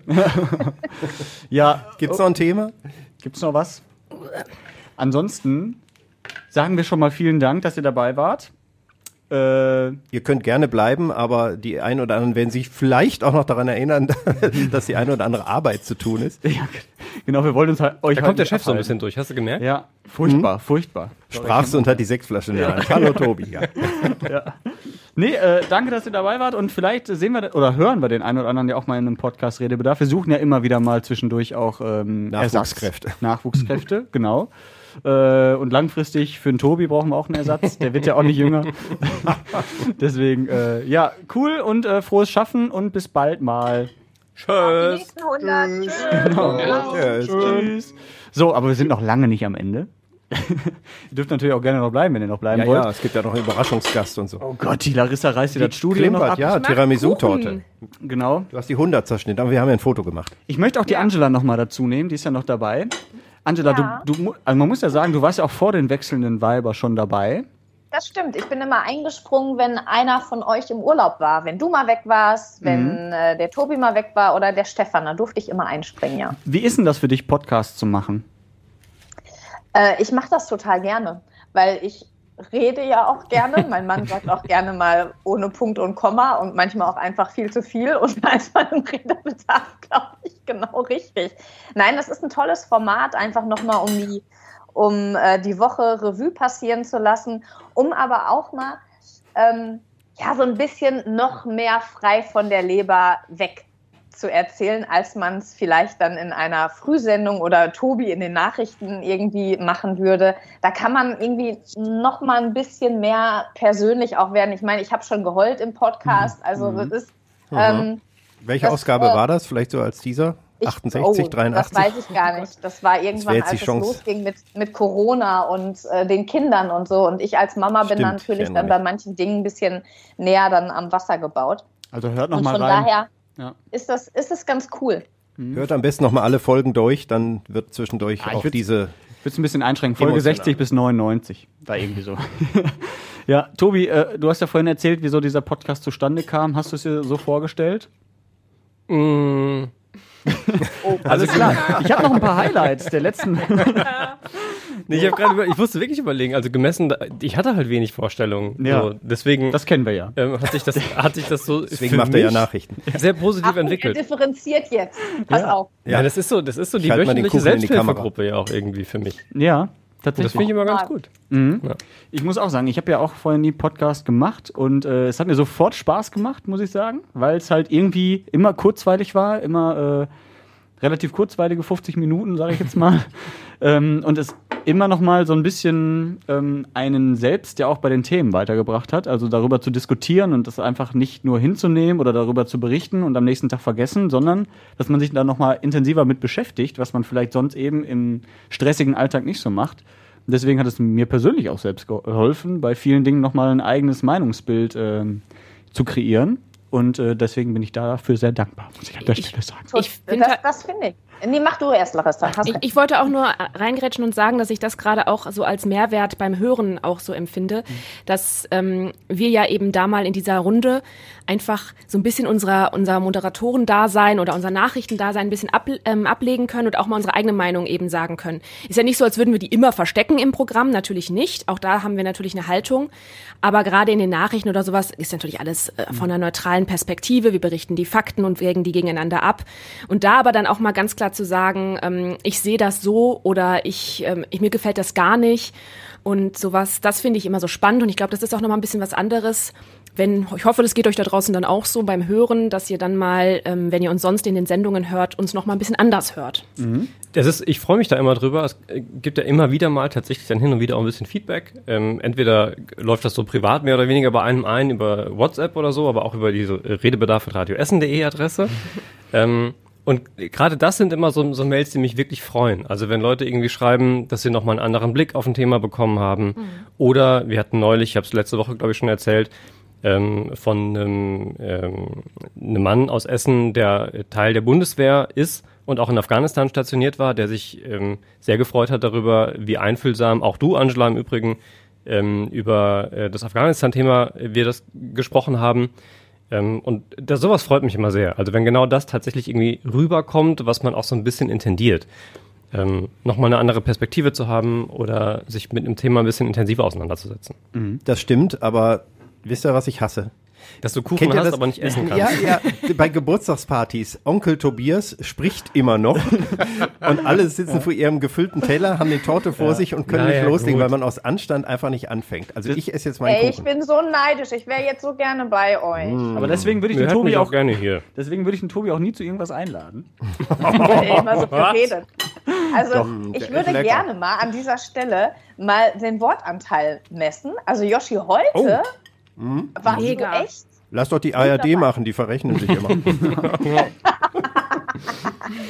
S3: ja.
S2: Gibt's noch ein Thema?
S3: Gibt's noch was? Ansonsten sagen wir schon mal vielen Dank, dass ihr dabei wart. Äh,
S2: Ihr könnt gerne bleiben, aber die einen oder anderen werden sich vielleicht auch noch daran erinnern, dass die eine oder andere Arbeit zu tun ist.
S3: Genau, wir wollen uns halt, euch
S2: Da
S3: heute
S2: kommt der
S3: nicht
S2: Chef so ein
S3: abhalten.
S5: bisschen durch, hast du gemerkt?
S3: Ja, furchtbar, furchtbar.
S2: Sprachst du und hat die Sektflasche in der Hand. Hallo Tobi. Ja.
S3: ja. Nee, äh, danke, dass ihr dabei wart und vielleicht äh, sehen wir oder hören wir den einen oder anderen ja auch mal in einem Podcast Redebedarf. Wir suchen ja immer wieder mal zwischendurch auch ähm,
S2: Nachwuchskräfte.
S3: Ersatz. Nachwuchskräfte, genau. Äh, und langfristig für den Tobi brauchen wir auch einen Ersatz. Der wird ja auch nicht jünger. Deswegen, äh, ja, cool und äh, frohes Schaffen und bis bald mal.
S17: Die nächsten 100. Tschüss.
S3: Genau. Tschüss. So, aber wir sind noch lange nicht am Ende. ihr dürft natürlich auch gerne noch bleiben, wenn ihr noch bleiben
S2: Ja,
S3: wollt.
S2: ja, es gibt ja noch einen Überraschungsgast und so.
S3: Oh Gott, die Larissa reißt dir das Studio noch ab.
S2: ja,
S3: Ich mag
S2: Tiramisu-Torte.
S3: Genau.
S2: Du hast die 100 zerschnitten, aber wir haben ja ein Foto gemacht.
S3: Ich möchte auch die Angela noch mal dazu nehmen, die ist ja noch dabei. Angela, du, du, mu- also man muss ja sagen, du warst ja auch vor den wechselnden Weiber schon dabei.
S8: Das stimmt. Ich bin immer eingesprungen, wenn einer von euch im Urlaub war. Wenn du mal weg warst, wenn äh, der Tobi mal weg war oder der Stefan, dann durfte ich immer einspringen, ja.
S3: Wie ist denn das für dich, Podcasts zu machen?
S8: Äh, ich mache das total gerne, weil ich rede ja auch gerne. Mein Mann sagt auch gerne mal ohne Punkt und Komma und manchmal auch einfach viel zu viel und halt da ist man im Redebedarf, glaube ich, genau richtig. Nein, das ist ein tolles Format, einfach nochmal um die, um äh, die Woche Revue passieren zu lassen, um aber auch mal ähm, ja, so ein bisschen noch mehr frei von der Leber weg zu erzählen, als man es vielleicht dann in einer Frühsendung oder Tobi in den Nachrichten irgendwie machen würde. Da kann man irgendwie noch mal ein bisschen mehr persönlich auch werden. Ich meine, ich habe schon geheult im Podcast, also
S17: Mhm.
S8: das ist
S17: Mhm.
S8: ähm,
S2: Welche
S8: Das-
S2: Ausgabe
S8: äh,
S2: war das? Vielleicht so als Teaser?
S8: Ich-
S2: 68,
S8: oh,
S2: 83?
S8: Das weiß ich gar nicht. Oh Das war
S2: wär
S8: irgendwann,
S2: jetzt
S8: als
S2: die
S8: es
S2: Chance.
S8: losging mit, mit Corona und äh, den Kindern und so. Und ich als Mama bin
S3: Stimmt,
S8: da
S3: ich
S8: natürlich
S3: erinnere
S8: dann bei manchen Dingen ein bisschen näher dann am Wasser gebaut.
S3: Also hört
S8: Und
S3: nochmal
S8: von
S3: rein.
S8: daher
S3: Ja.
S8: ist das, ist das ganz cool.
S2: Hört am besten nochmal alle Folgen durch, dann wird zwischendurch
S3: Mhm. Ah, ich
S2: auch
S3: würd's-
S2: diese.
S3: Willst du ein bisschen einschränken? Folge
S2: Emotional.
S3: 60 bis 99. Da irgendwie so. ja, Tobi, äh, du hast ja vorhin erzählt, wieso dieser Podcast zustande kam. Hast du es dir so vorgestellt?
S1: Mm. Oh,
S3: Alles klar. Also, Ich habe noch ein paar Highlights der letzten.
S1: Nee, ich, hab grad über, ich musste wirklich überlegen, also gemessen, da- ich hatte halt wenig Vorstellungen.
S3: Ja.
S1: So, deswegen. Das
S3: kennen wir ja.
S1: Ähm, hat, sich das, hat sich das so.
S2: Deswegen macht er ja Nachrichten.
S1: Sehr positiv
S8: Er
S1: entwickelt.
S8: differenziert jetzt. Pass auf.
S1: Ja, das ist so, das ist so
S2: Ich
S1: die
S2: halt mal den
S1: wöchentliche
S2: Kuchen in die
S1: Selbsthilfegruppe ja auch irgendwie für mich.
S3: Ja, tatsächlich.
S1: Das finde ich immer ganz gut.
S3: Mhm. Ich muss auch sagen, ich habe ja auch vorhin die Podcast gemacht und äh, es hat mir sofort Spaß gemacht, muss ich sagen, weil es halt irgendwie immer kurzweilig war, immer äh, relativ kurzweilige 50 Minuten, sage ich jetzt mal. ähm, und es immer noch mal so ein bisschen ähm, einen selbst ja auch bei den Themen weitergebracht hat, also darüber zu diskutieren und das einfach nicht nur hinzunehmen oder darüber zu berichten und am nächsten Tag vergessen, sondern dass man sich da noch mal intensiver mit beschäftigt, was man vielleicht sonst eben im stressigen Alltag nicht so macht. Deswegen hat es mir persönlich auch selbst geholfen, bei vielen Dingen nochmal ein eigenes Meinungsbild ähm, zu kreieren. Und äh, deswegen bin ich dafür sehr dankbar, muss ich an der Stelle sagen.
S8: Ich das das finde ich. Nee, mach du erst, Larissa. Hast
S4: halt- Ich,
S8: recht.
S4: ich wollte auch nur reingrätschen und sagen, dass ich das gerade auch so als Mehrwert beim Hören auch so empfinde,
S8: Mhm.
S4: dass ähm, wir ja eben da mal in dieser Runde einfach so ein bisschen unserer, unser Moderatoren-Dasein oder unser Nachrichtendasein ein bisschen ab, ähm, ablegen können und auch mal unsere eigene Meinung eben sagen können. Ist ja nicht so, als würden wir die immer verstecken im Programm, natürlich nicht. Auch da haben wir natürlich eine Haltung. Aber gerade in den Nachrichten oder sowas ist natürlich alles äh, von einer neutralen Perspektive. Wir berichten die Fakten und wägen die gegeneinander ab. Und da aber dann auch mal ganz klar zu sagen, ähm, ich sehe das so oder ich, ähm, ich, mir gefällt das gar nicht und sowas, das finde ich immer so spannend. Und ich glaube, das ist auch nochmal ein bisschen was anderes. Wenn, ich hoffe, das geht euch da draußen dann auch so beim Hören, dass ihr dann mal, ähm, wenn ihr uns sonst in den Sendungen hört, uns nochmal ein bisschen anders hört.
S1: Das ist, ich freue mich da immer drüber. Es äh, gibt ja immer wieder mal tatsächlich dann hin und wieder auch ein bisschen Feedback. Ähm, entweder läuft das so privat mehr oder weniger bei einem ein über WhatsApp oder so, aber auch über diese äh, Redebedarf und radioessen.de Adresse. ähm, und gerade das sind immer so, so Mails, die mich wirklich freuen. Also wenn Leute irgendwie schreiben, dass sie nochmal einen anderen Blick auf ein Thema bekommen haben. Oder wir hatten neulich, ich habe es letzte Woche, glaube ich, schon erzählt, ähm, von einem, ähm, einem Mann aus Essen, der Teil der Bundeswehr ist und auch in Afghanistan stationiert war, der sich ähm, sehr gefreut hat darüber, wie einfühlsam, auch du, Angela, im Übrigen, ähm, über äh, das Afghanistan-Thema äh, wir das gesprochen haben. Ähm, und das, sowas freut mich immer sehr. Also wenn genau das tatsächlich irgendwie rüberkommt, was man auch so ein bisschen intendiert. Ähm, nochmal eine andere Perspektive zu haben oder sich mit einem Thema ein bisschen intensiver auseinanderzusetzen.
S3: Mhm.
S2: Das stimmt, aber wisst ihr, was ich hasse?
S1: Dass du Kuchen
S2: Kennt ihr
S1: hast,
S2: das?
S1: aber nicht essen
S2: Ja,
S1: kannst.
S2: ja, bei Geburtstagspartys. Onkel Tobias spricht immer noch und alle sitzen vor ihrem gefüllten Teller, haben die Torte vor
S1: Ja.
S2: sich und können
S1: Ja,
S2: nicht
S1: ja,
S2: loslegen,
S1: gut.
S2: weil man aus Anstand einfach nicht anfängt. Also ich esse jetzt meinen
S8: Ey, ich
S2: Kuchen.
S8: bin so neidisch. Ich wäre jetzt so gerne bei euch.
S3: Aber deswegen würde ich
S2: Wir
S3: den
S2: hätten
S3: Tobi
S2: dich
S3: auch,
S2: auch gerne hier.
S3: Deswegen würde ich den Tobi auch nie zu irgendwas einladen.
S8: Ey, mal so geredet. Also
S3: Doch,
S8: ich
S3: der
S8: würde
S3: ist lecker.
S8: gerne mal an dieser Stelle mal den Wortanteil messen. Also Yoshi, heute
S2: Hm?
S8: warst du echt
S2: Lass doch die ARD machen, die verrechnen sich immer.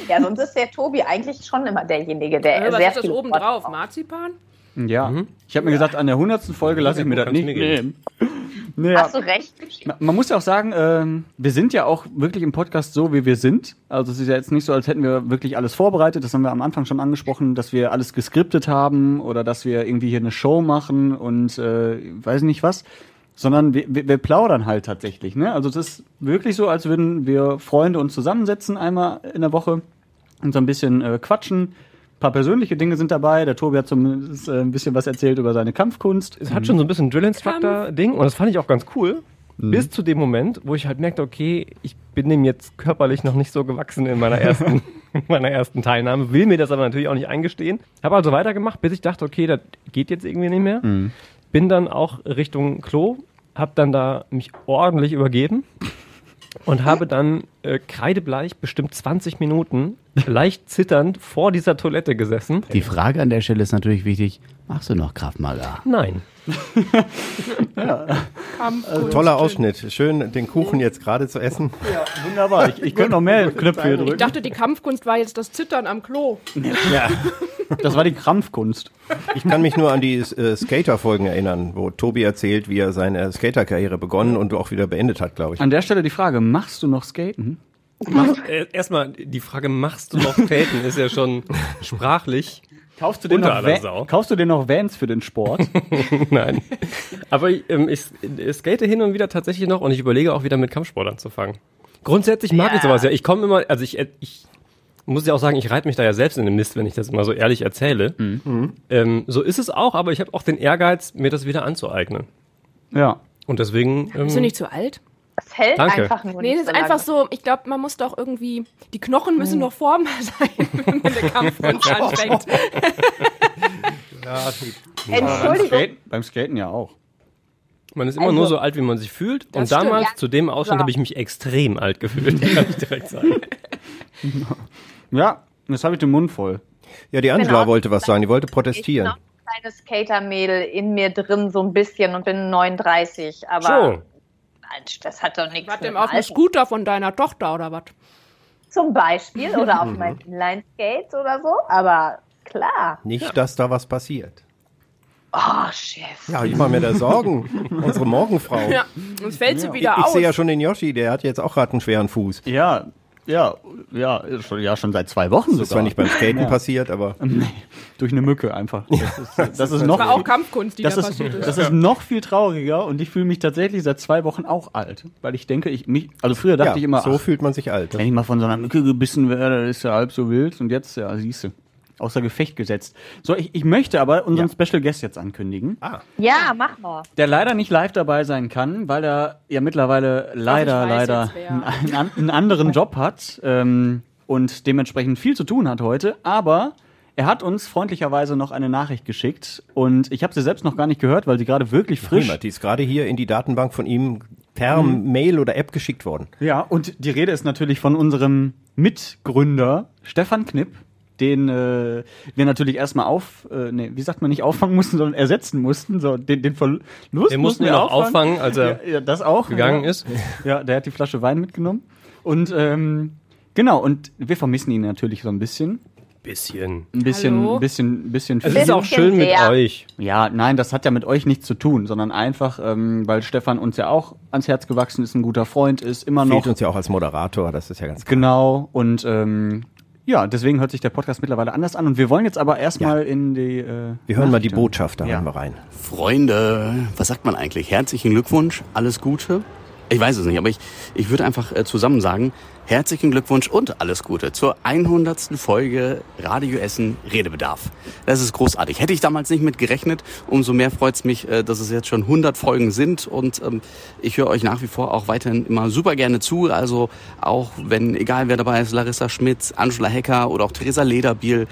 S8: Ja, sonst ist der Tobi eigentlich schon immer derjenige, der
S4: was
S8: sehr
S4: ist das
S8: viel
S4: oben drauf? Marzipan?
S3: Ja.
S2: Mhm.
S3: Ich habe mir gesagt, an der 100. Folge lasse ich mir das
S1: Kannst
S3: nicht
S1: du mir geben.
S3: nehmen. Naja.
S8: Hast du recht?
S3: Ma- Man muss ja auch sagen, ähm, wir sind ja auch wirklich im Podcast so, wie wir sind. Also es ist ja jetzt nicht so, als hätten wir wirklich alles vorbereitet. Das haben wir am Anfang schon angesprochen, dass wir alles geskriptet haben oder dass wir irgendwie hier eine Show machen und äh, weiß nicht was. Sondern wir, wir, wir plaudern halt tatsächlich. Ne? Also es ist wirklich so, als würden wir Freunde uns zusammensetzen einmal in der Woche und so ein bisschen äh, quatschen. Ein paar persönliche Dinge sind dabei. Der Tobi hat zumindest äh, ein bisschen was erzählt über seine Kampfkunst.
S1: Es hat schon so ein bisschen Drill Instructor-Ding und das fand ich auch ganz cool. Bis zu dem Moment, wo ich halt merkte, okay, ich bin dem jetzt körperlich noch nicht so gewachsen in meiner ersten, in meiner ersten Teilnahme, will mir das aber natürlich auch nicht eingestehen. Habe also weitergemacht, bis ich dachte, okay, das geht jetzt irgendwie nicht mehr. Bin dann auch Richtung Klo, habe dann da mich ordentlich übergeben und habe dann äh, kreidebleich bestimmt 20 Minuten leicht zitternd vor dieser Toilette gesessen.
S11: äh,
S6: Die Frage an der Stelle ist natürlich wichtig, machst du noch Kraft Maga?
S1: Nein.
S3: Also,
S2: Toller Ausschnitt. Schön, den Kuchen jetzt gerade zu essen.
S3: Ja, wunderbar. Ich, ich könnte noch mehr Knöpfe hier drücken.
S4: Ich dachte, die Kampfkunst war jetzt das Zittern am Klo.
S3: Ja. Das war die Krampfkunst.
S2: Ich kann mich nur an die äh, Skater-Folgen erinnern, wo Tobi erzählt, wie er seine Skater-Karriere begonnen und auch wieder beendet hat, glaube ich.
S3: An der Stelle die Frage, machst du noch Skaten?
S1: Mach, äh, erstmal, die Frage, machst du noch Fäden, ist ja schon sprachlich.
S3: Kaufst du, dir
S1: Unter
S3: noch
S1: aller
S3: Va-
S1: Sau.
S3: kaufst du dir noch Vans für den Sport?
S1: Nein. Aber ähm, ich äh, skate hin und wieder tatsächlich noch und ich überlege auch wieder mit Kampfsport anzufangen. Grundsätzlich mag ich sowas ja. Ich komme immer, also ich, äh, ich muss ja auch sagen, ich reite mich da ja selbst in den Mist, wenn ich das mal so ehrlich erzähle.
S3: Mhm.
S1: Ähm, so ist es auch, aber ich habe auch den Ehrgeiz, mir das wieder anzueignen.
S3: Ja.
S1: Und deswegen. Ähm,
S4: Bist du nicht zu alt?
S8: Es hält
S1: Danke.
S8: einfach nur
S4: Nee,
S8: nicht
S4: das ist
S8: so
S4: einfach
S8: lange.
S4: so, ich glaube, man muss doch irgendwie, die Knochen müssen noch formbar sein, wenn man den Kampfkunst anfängt.
S2: Ja,
S4: Entschuldigung.
S3: Beim Skaten, beim Skaten ja auch.
S1: Man ist immer nur
S2: Also-
S1: so alt, wie man sich fühlt. Und
S4: Also, stimmt,
S1: damals,
S4: ja.
S1: zu dem Ausschnitt,
S4: Ja.
S1: habe ich mich extrem alt gefühlt, kann ich direkt sagen.
S3: Ja, jetzt habe ich den Mund voll.
S2: Ja, die Angela
S8: Genau.
S2: wollte was sagen, die wollte
S8: Ich bin
S2: protestieren.
S8: auch ein kleines Skatermädel in mir drin, so ein bisschen und bin 39, aber
S2: So.
S8: nein, das hat doch nichts
S4: Warte,
S8: mit dem
S4: auf dem
S8: Alter.
S4: Scooter von deiner Tochter oder was?
S8: Zum Beispiel oder auf
S2: Mhm.
S8: meinen Inline-Skates oder so, aber klar.
S2: Nicht, dass da was passiert.
S8: Oh, Chef.
S2: Ja, ich mache mir da Sorgen. Unsere Morgenfrau.
S4: Ja, uns fällt sie
S2: Ich,
S4: wieder
S2: ich
S4: aus.
S2: sehe ja schon den Yoshi, der hat jetzt auch gerade einen schweren Fuß.
S3: Ja, ja, ja, schon, ja, schon seit zwei
S2: Das
S3: Wochen sogar.
S2: ist zwar nicht beim Skaten
S3: Ja.
S2: passiert, aber.
S3: Nee, durch eine Mücke einfach. Das ist, das ist noch,
S4: Das war auch Kampfkunst, die
S3: das
S4: da
S3: ist,
S4: passiert ist.
S3: Das ist noch viel trauriger und ich fühle mich tatsächlich seit zwei Wochen auch alt, weil ich denke, ich mich, also früher dachte
S2: Ja,
S3: ich immer,
S2: so fühlt man sich alt.
S3: Wenn ich mal von so einer Mücke gebissen werde, das ist ja halb so wild und jetzt, ja, siehst du, außer Gefecht gesetzt. So, ich, ich möchte aber unseren Special Guest jetzt ankündigen. Ah.
S8: Ja, mach mal.
S3: Der leider nicht live dabei sein kann, weil er ja mittlerweile leider,
S8: ich weiß
S3: leider
S8: jetzt, wer.
S3: einen, an- einen anderen Job hat ähm, und dementsprechend viel zu tun hat heute. Aber er hat uns freundlicherweise noch eine Nachricht geschickt und ich habe sie selbst noch gar nicht gehört, weil sie gerade wirklich frisch. Mhm.
S2: Niemand, die ist gerade hier in die Datenbank von ihm per Mail oder App geschickt worden.
S3: Ja, und die Rede ist natürlich von unserem Mitgründer Stefan Knipp, den äh, wir natürlich erstmal auf, äh, nee, wie sagt man, nicht auffangen mussten, sondern ersetzen mussten. So, den, den Verlust
S1: Den mussten wir noch auffangen, als er
S3: ja, ja, das auch,
S1: gegangen
S3: ja.
S1: ist.
S3: Ja, der hat die Flasche Wein mitgenommen. Und ähm, genau, und wir vermissen ihn natürlich so ein bisschen.
S1: Bisschen.
S3: Ein bisschen,
S1: Hallo?
S3: ein bisschen, ein bisschen.
S1: Hm. Es ist auch Bisschen schön mit sehr. euch.
S3: Ja, nein, das hat ja mit euch nichts zu tun, sondern einfach, ähm, weil Stefan uns ja auch ans Herz gewachsen ist, ein guter Freund ist, immer noch.
S2: Fehlt uns ja auch als Moderator, das ist ja ganz
S3: Genau, und ähm, ja, deswegen hört sich der Podcast mittlerweile anders an. Und wir wollen jetzt aber erstmal in die. Äh,
S2: Wir hören mal die
S3: Nachrichten.
S2: Botschaft, da
S3: Ja.
S2: hören wir rein.
S7: Freunde, was sagt man eigentlich? Herzlichen Glückwunsch, alles Gute? Ich weiß es nicht, aber ich, ich würde einfach äh, zusammen sagen, herzlichen Glückwunsch und alles Gute zur 100. Folge Radio Essen Redebedarf. Das ist großartig. Hätte ich damals nicht mit gerechnet, umso mehr freut es mich, äh, dass es jetzt schon 100 Folgen sind und ähm, ich höre euch nach wie vor auch weiterhin immer super gerne zu. Also auch wenn, egal wer dabei ist, Larissa Schmitz, Angela Hecker oder auch Theresa Lederbiel.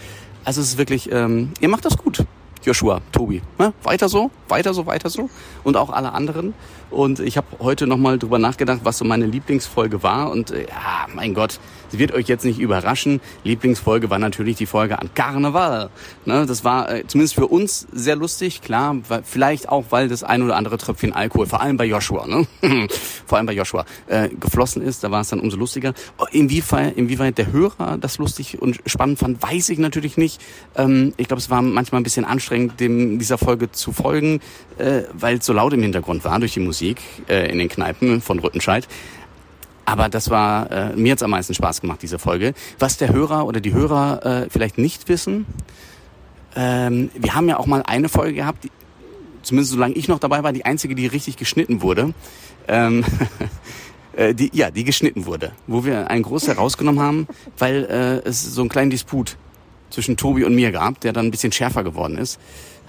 S7: Also es ist wirklich, ähm, ihr macht das gut. Joshua, Tobi, ne? weiter so, weiter so, weiter so und auch alle anderen. Und ich habe heute nochmal drüber nachgedacht, was so meine Lieblingsfolge war. Und äh, ja, mein Gott, sie wird euch jetzt nicht überraschen. Lieblingsfolge war natürlich die Folge an Karneval. Ne? Das war äh, zumindest für uns sehr lustig, klar, weil, vielleicht auch, weil das ein oder andere Tröpfchen Alkohol, vor allem bei Joshua, ne? vor allem bei Joshua, äh, geflossen ist. Da war es dann umso lustiger. Inwiefern, inwieweit der Hörer das lustig und spannend fand, weiß ich natürlich nicht. Ähm, ich glaube, es war manchmal ein bisschen anstrengend, dem dieser Folge zu folgen, äh, weil es so laut im Hintergrund war durch die Musik äh, in den Kneipen von Rüttenscheid. Aber das war, äh, mir jetzt am meisten Spaß gemacht, diese Folge. Was der Hörer oder die Hörer äh, vielleicht nicht wissen, ähm, wir haben ja auch mal eine Folge gehabt, die, zumindest solange ich noch dabei war, die einzige, die richtig geschnitten wurde. Ähm, äh, die, ja, die geschnitten wurde, wo wir einen groß herausgenommen haben, weil äh, es so einen kleinen Disput zwischen Tobi und mir gab, der dann ein bisschen schärfer geworden ist.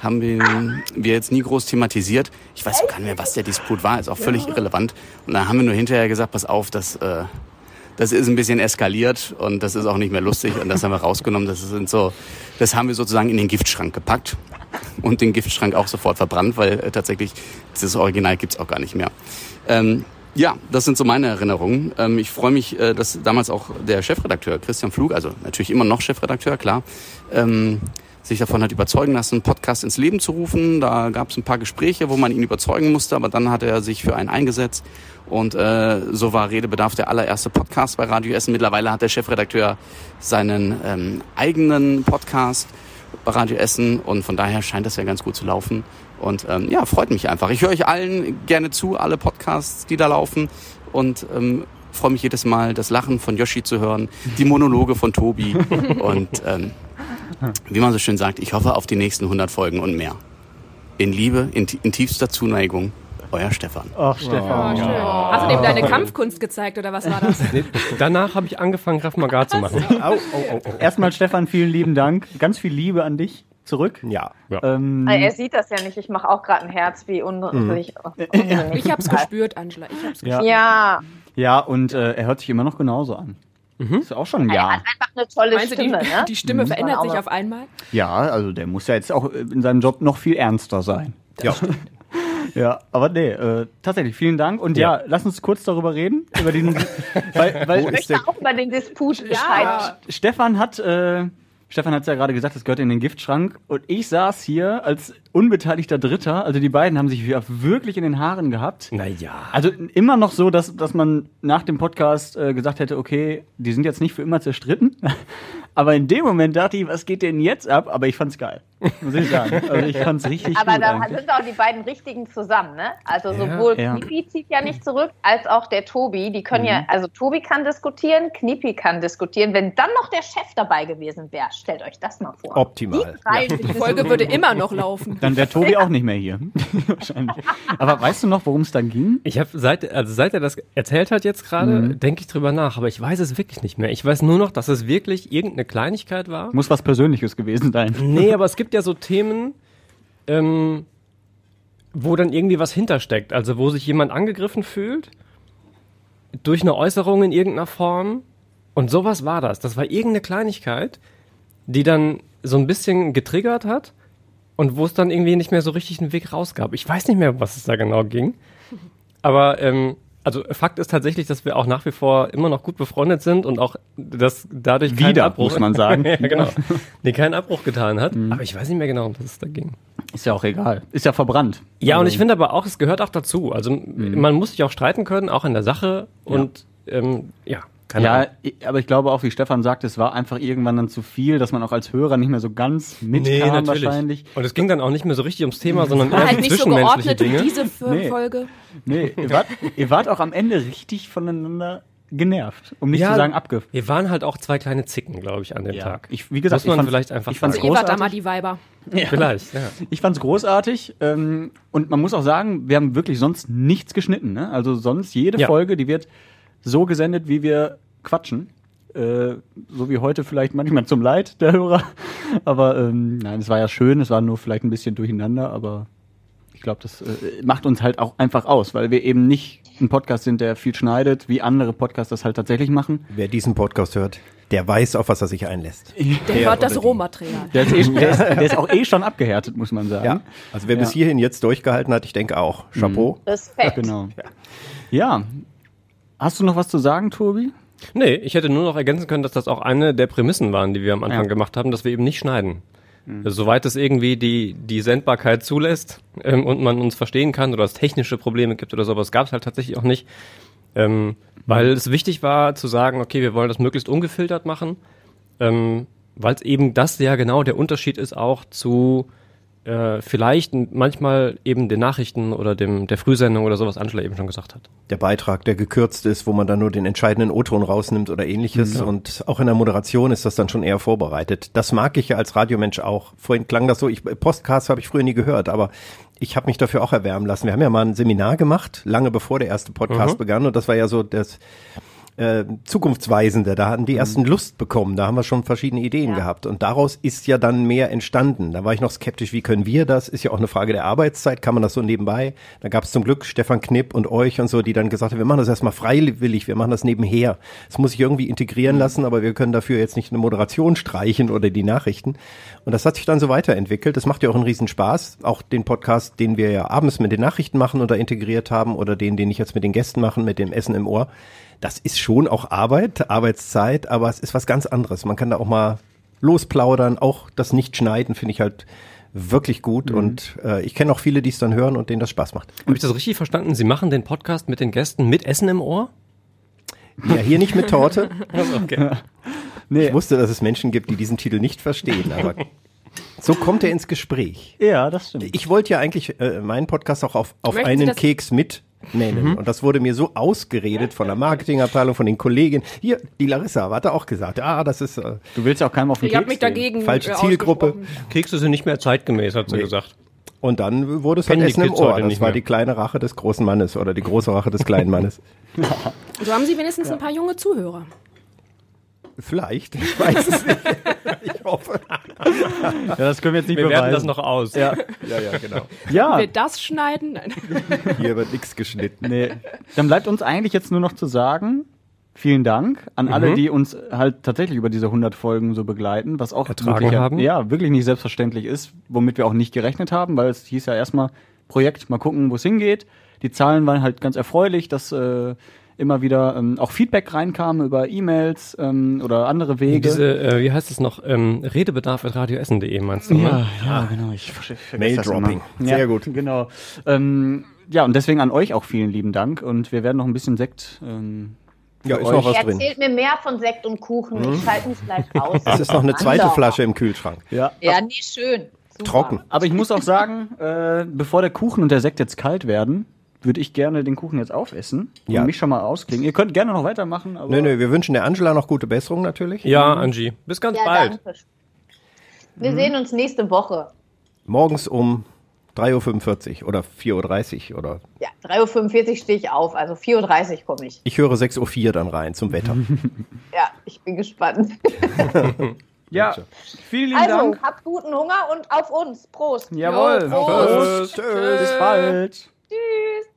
S7: Haben wir, wir jetzt nie groß thematisiert. Ich weiß auch gar nicht mehr, was der Disput war, ist auch völlig irrelevant. Und dann haben wir nur hinterher gesagt, pass auf, das, äh, das ist ein bisschen eskaliert und das ist auch nicht mehr lustig und das haben wir rausgenommen. Das sind so, das haben wir sozusagen in den Giftschrank gepackt und den Giftschrank auch sofort verbrannt, weil äh, tatsächlich das Original gibt's auch gar nicht mehr. Ähm, Ja, das sind so meine Erinnerungen. Ähm, ich freue mich, äh, dass damals auch der Chefredakteur Christian Flug, also natürlich immer noch Chefredakteur, klar, ähm, sich davon hat überzeugen lassen, einen Podcast ins Leben zu rufen. Da gab es ein paar Gespräche, wo man ihn überzeugen musste, aber dann hat er sich für einen eingesetzt. Und äh, so war Redebedarf der allererste Podcast bei Radio Essen. Mittlerweile hat der Chefredakteur seinen ähm, eigenen Podcast bei Radio Essen und von daher scheint das ja ganz gut zu laufen. Und ähm, ja, freut mich einfach. Ich höre euch allen gerne zu, alle Podcasts, die da laufen und ähm, freue mich jedes Mal, das Lachen von Yoshi zu hören, die Monologe von Tobi und ähm, wie man so schön sagt, ich hoffe auf die nächsten 100 Folgen und mehr. In Liebe, in, in tiefster Zuneigung, euer Stefan.
S4: Ach, Stefan. Oh, schön. Hast du dem deine Kampfkunst gezeigt oder was war das?
S1: Danach habe ich angefangen, Raf Magar zu machen.
S3: Au, au, au, Erstmal, Stefan, vielen lieben Dank. Ganz viel Liebe an dich zurück.
S1: Ja. ja.
S3: Ähm,
S8: Also er sieht das ja nicht. Ich mache auch gerade ein Herz wie
S2: Mhm.
S8: unruhig. unruhig.
S4: Ich hab's gespürt, Angela. Ich hab's
S8: Ja.
S4: gespürt.
S3: ja, und äh, er hört sich immer noch genauso an.
S4: Mhm.
S3: Ist auch schon ein Jahr.
S8: Einfach eine tolle
S4: Meinst du, die-
S8: Stimme, ne?
S4: die Stimme
S8: Muss man
S4: verändert
S8: auch
S4: sich
S8: noch-
S4: auf einmal?
S3: Ja, also der muss ja jetzt auch in seinem Job noch viel ernster sein. Ja. Ja, aber nee, äh, tatsächlich, vielen Dank. Und ja. lass uns kurz darüber reden. Über diesen, weil, weil
S8: Ich möchte auch über den Disput Bescheid.
S3: Ah. Stefan hat, äh, Stefan hat es ja gerade gesagt, es gehört in den Giftschrank. Und ich saß hier als unbeteiligter Dritter. Also die beiden haben sich ja wirklich in den Haaren gehabt.
S1: Naja.
S3: Also immer noch so, dass, dass man nach dem Podcast äh, gesagt hätte, okay, die sind jetzt nicht für immer zerstritten. Aber in dem Moment dachte ich, was geht denn jetzt ab? Aber ich fand's geil. Muss ich sagen. Also ich fand's richtig
S8: Aber
S3: gut
S8: da
S3: eigentlich.
S8: sind auch die beiden richtigen zusammen, ne? Also
S3: Ja,
S8: sowohl
S3: ja.
S8: Knipi zieht ja nicht zurück, als auch der Tobi. Die können
S3: Mhm.
S8: ja, also Tobi kann diskutieren, Knipi kann diskutieren. Wenn dann noch der Chef dabei gewesen wäre, stellt euch das mal
S2: Oh.
S8: vor.
S3: Optimal.
S8: Drei
S3: Ja.
S4: Die Folge würde immer noch laufen.
S3: Dann wäre Tobi auch nicht mehr hier. Wahrscheinlich. Aber weißt du noch, worum es dann ging?
S1: Ich habe seit, also seit er das erzählt hat jetzt gerade,
S3: Mhm.
S1: denke ich drüber nach, aber ich weiß es wirklich nicht mehr. Ich weiß nur noch, dass es wirklich irgendeine Kleinigkeit war.
S3: Muss was Persönliches gewesen sein.
S1: Nee, aber es gibt ja so Themen, ähm, wo dann irgendwie was hintersteckt. Also wo sich jemand angegriffen fühlt durch eine Äußerung in irgendeiner Form. Und sowas war das. Das war irgendeine Kleinigkeit, die dann so ein bisschen getriggert hat und wo es dann irgendwie nicht mehr so richtig einen Weg rausgab. Ich weiß nicht mehr, was es da genau ging. Aber ähm, also Fakt ist tatsächlich, dass wir auch nach wie vor immer noch gut befreundet sind und auch dass dadurch kein
S3: Wieder,
S1: Abbruch,
S3: muss man sagen.
S1: ja, genau, nee, keinen Abbruch getan hat. Aber ich weiß nicht mehr genau, um was es da ging.
S3: Mhm. Ist ja auch egal. Ist ja verbrannt.
S1: Ja, und
S3: Also- Mhm.
S1: ich finde aber auch, es gehört auch dazu. Also man muss sich auch streiten können, auch in der Sache.
S3: Ja.
S1: Und ähm, ja, keine
S3: ja,
S1: Ahnung.
S3: i- aber ich glaube auch, wie Stefan sagt, es war einfach irgendwann dann zu viel, dass man auch als Hörer nicht mehr so ganz mitkam wahrscheinlich.
S1: Und es ging dann auch nicht mehr so richtig ums Thema, sondern
S4: War
S1: eher
S4: halt
S1: so
S4: nicht so
S1: zwischenmenschliche
S4: geordnet
S1: Dinge.
S4: wie diese F-
S3: Nee.
S4: Folge.
S3: Nee, ihr wart, ihr wart auch am Ende richtig voneinander genervt, um nicht zu sagen abge...
S1: Wir waren halt auch zwei kleine Zicken, glaube ich, an dem Tag.
S3: Ich, wie
S1: muss
S3: gesagt,
S1: man
S3: ich fand-
S1: vielleicht einfach
S3: ich fand's
S1: sagen.
S4: Also, Ihr wart da
S3: Großartig.
S4: mal die Weiber.
S1: Vielleicht, ja.
S3: Ich fand's großartig ähm, und man muss auch sagen, wir haben wirklich sonst nichts geschnitten. Ne? Also sonst jede
S1: Ja.
S3: Folge, die wird so gesendet, wie wir quatschen. Äh, so wie heute vielleicht manchmal zum Leid der Hörer. Aber ähm, nein, es war ja schön, es war nur vielleicht ein bisschen durcheinander, aber ich glaube, das äh, macht uns halt auch einfach aus, weil wir eben nicht ein Podcast sind, der viel schneidet, wie andere Podcasts das halt tatsächlich machen.
S2: Wer diesen Podcast hört, der weiß, auf was er sich einlässt.
S4: Der
S2: Der
S4: hört das
S2: oder die.
S4: Rohmaterial.
S3: Der ist, eh, der, ist, der ist auch eh schon abgehärtet, muss man sagen.
S2: Ja. Also wer bis hierhin jetzt durchgehalten hat, ich denke auch. Chapeau.
S4: Mhm.
S8: Respekt.
S3: Genau. Ja. Hast du noch was zu sagen, Tobi?
S1: Nee, ich hätte nur noch ergänzen können, dass das auch eine der Prämissen waren, die wir am Anfang
S3: Ja.
S1: gemacht haben, dass wir eben nicht schneiden. Also Soweit es irgendwie die, die Sendbarkeit zulässt ähm, und man uns verstehen kann oder es technische Probleme gibt oder so, aber es gab es halt tatsächlich auch nicht. Ähm, weil es wichtig war zu sagen, okay, wir wollen das möglichst ungefiltert machen, ähm, weil es eben das ja genau der Unterschied ist auch zu äh, vielleicht n- manchmal eben den Nachrichten oder dem der Frühsendung oder so, was Angela eben schon gesagt hat.
S2: Der Beitrag, der gekürzt ist, wo man dann nur den entscheidenden O-Ton rausnimmt oder ähnliches.
S1: Mhm.
S2: Und auch in der Moderation ist das dann schon eher vorbereitet. Das mag ich ja als Radiomensch auch. Vorhin klang das so, ich, Podcasts habe ich früher nie gehört, aber ich habe mich dafür auch erwärmen lassen. Wir haben ja mal ein Seminar gemacht, lange bevor der erste Podcast
S1: Mhm.
S2: begann. Und das war ja so das äh, zukunftsweisende. Da hatten die ersten Lust bekommen. Da haben wir schon verschiedene Ideen gehabt. Und daraus ist ja dann mehr entstanden. Da war ich noch skeptisch, wie können wir das? Ist ja auch eine Frage der Arbeitszeit. Kann man das so nebenbei? Da gab es zum Glück Stefan Knipp und euch und so, die dann gesagt haben, wir machen das erstmal freiwillig. Wir machen das nebenher. Das muss ich irgendwie integrieren lassen, aber wir können dafür jetzt nicht eine Moderation streichen oder die Nachrichten. Und das hat sich dann so weiterentwickelt. Das macht ja auch einen riesen Spaß. Auch den Podcast, den wir ja abends mit den Nachrichten machen oder integriert haben oder den, den ich jetzt mit den Gästen mache, mit dem Essen im Ohr. Das ist schon auch Arbeit, Arbeitszeit, aber es ist was ganz anderes. Man kann da auch mal losplaudern. Auch das Nicht-Schneiden finde ich halt wirklich gut. Und äh, ich kenne auch viele, die es dann hören und denen das Spaß macht.
S1: Habe ich das richtig verstanden? Sie machen den Podcast mit den Gästen mit Essen im Ohr?
S2: Ja, hier nicht mit Torte.
S1: Also,
S2: Ich wusste, dass es Menschen gibt, die diesen Titel nicht verstehen, aber so kommt er ins Gespräch.
S3: Ja, das stimmt.
S2: Ich wollte ja eigentlich äh, meinen Podcast auch auf, auf
S4: Möchten Sie
S2: einen
S4: das-
S2: Keks mit
S3: Mhm.
S2: nennen. Und das wurde mir so ausgeredet von der Marketingabteilung, von den Kollegen. Hier, die Larissa hatte auch gesagt, ah, das ist... Äh,
S3: du willst ja auch keinem auf
S4: den Ich hab Keks mich gehen. dagegen,
S2: Falsche
S4: äh,
S2: Zielgruppe.
S1: Kekse sind nicht mehr zeitgemäß, hat sie gesagt.
S2: Und dann wurde es halt
S1: Kennen die
S2: Essen im
S1: Kids
S2: Ohr.
S1: heute
S2: Das
S1: nicht
S2: war
S1: mehr.
S2: die kleine Rache des großen Mannes oder die große Rache des kleinen Mannes.
S4: So haben Sie wenigstens ein paar junge Zuhörer.
S2: Vielleicht. Ich weiß es nicht. Ich hoffe.
S3: Ja, das können wir jetzt nicht
S1: Wir
S3: beweisen.
S1: werten das noch aus.
S3: Ja,
S2: ja, ja genau.
S3: Ja,
S4: Wird das schneiden? Nein.
S2: Hier wird nichts geschnitten.
S3: Nee. Dann bleibt uns eigentlich jetzt nur noch zu sagen, vielen Dank an alle,
S2: Mhm.
S3: die uns halt tatsächlich über diese 100 Folgen so begleiten, was auch
S1: Ertragen
S3: wirklich,
S1: haben.
S3: Ja, wirklich nicht selbstverständlich ist, womit wir auch nicht gerechnet haben, weil es hieß ja erstmal Projekt, mal gucken, wo es hingeht. Die Zahlen waren halt ganz erfreulich, dass äh, immer wieder ähm, auch Feedback reinkam über E-Mails ähm, oder andere Wege.
S1: Diese, äh, wie heißt es noch, ähm, Redebedarf at radioessen.de meinst du,
S3: Ja,
S1: ne?
S3: ja, genau. Ich ver- vergesse
S1: Mail
S3: das immer.
S1: Dropping. Sehr
S3: ja,
S1: gut.
S3: Genau. Ähm, ja, und deswegen an euch auch vielen lieben Dank. Und wir werden noch ein bisschen Sekt. Ähm,
S2: Ja,
S3: für
S2: ist noch
S3: euch-
S8: Ihr erzählt mir mehr von Sekt und Kuchen.
S3: Mhm.
S8: Ich schalte mich gleich aus.
S2: Es ist noch eine zweite
S8: Andauer.
S2: Flasche im Kühlschrank.
S3: Ja.
S8: Ja, nee, schön. Super.
S3: Aber ich muss auch sagen, äh, bevor der Kuchen und der Sekt jetzt kalt werden, würde ich gerne den Kuchen jetzt aufessen
S2: Ja.
S3: und mich schon mal ausklingen. Ihr könnt gerne noch weitermachen, aber
S2: Nö, nö, wir wünschen der Angela noch gute Besserung natürlich.
S1: Ja, Angie. Bis
S8: ja, Danke.
S2: Mhm.
S8: Wir sehen uns nächste Woche.
S2: Morgens um 3.45 Uhr oder 4.30 Uhr oder
S8: Ja, 3.45 Uhr stehe ich auf, also 4.30 Uhr komme ich.
S2: ich höre 6.04 Uhr dann rein zum Wetter.
S8: Ja, ich bin gespannt.
S3: ja, vielen
S8: also, habt guten Hunger und auf uns. Prost.
S3: Jawohl.
S8: Prost.
S3: Bis bald.
S8: Tschüss.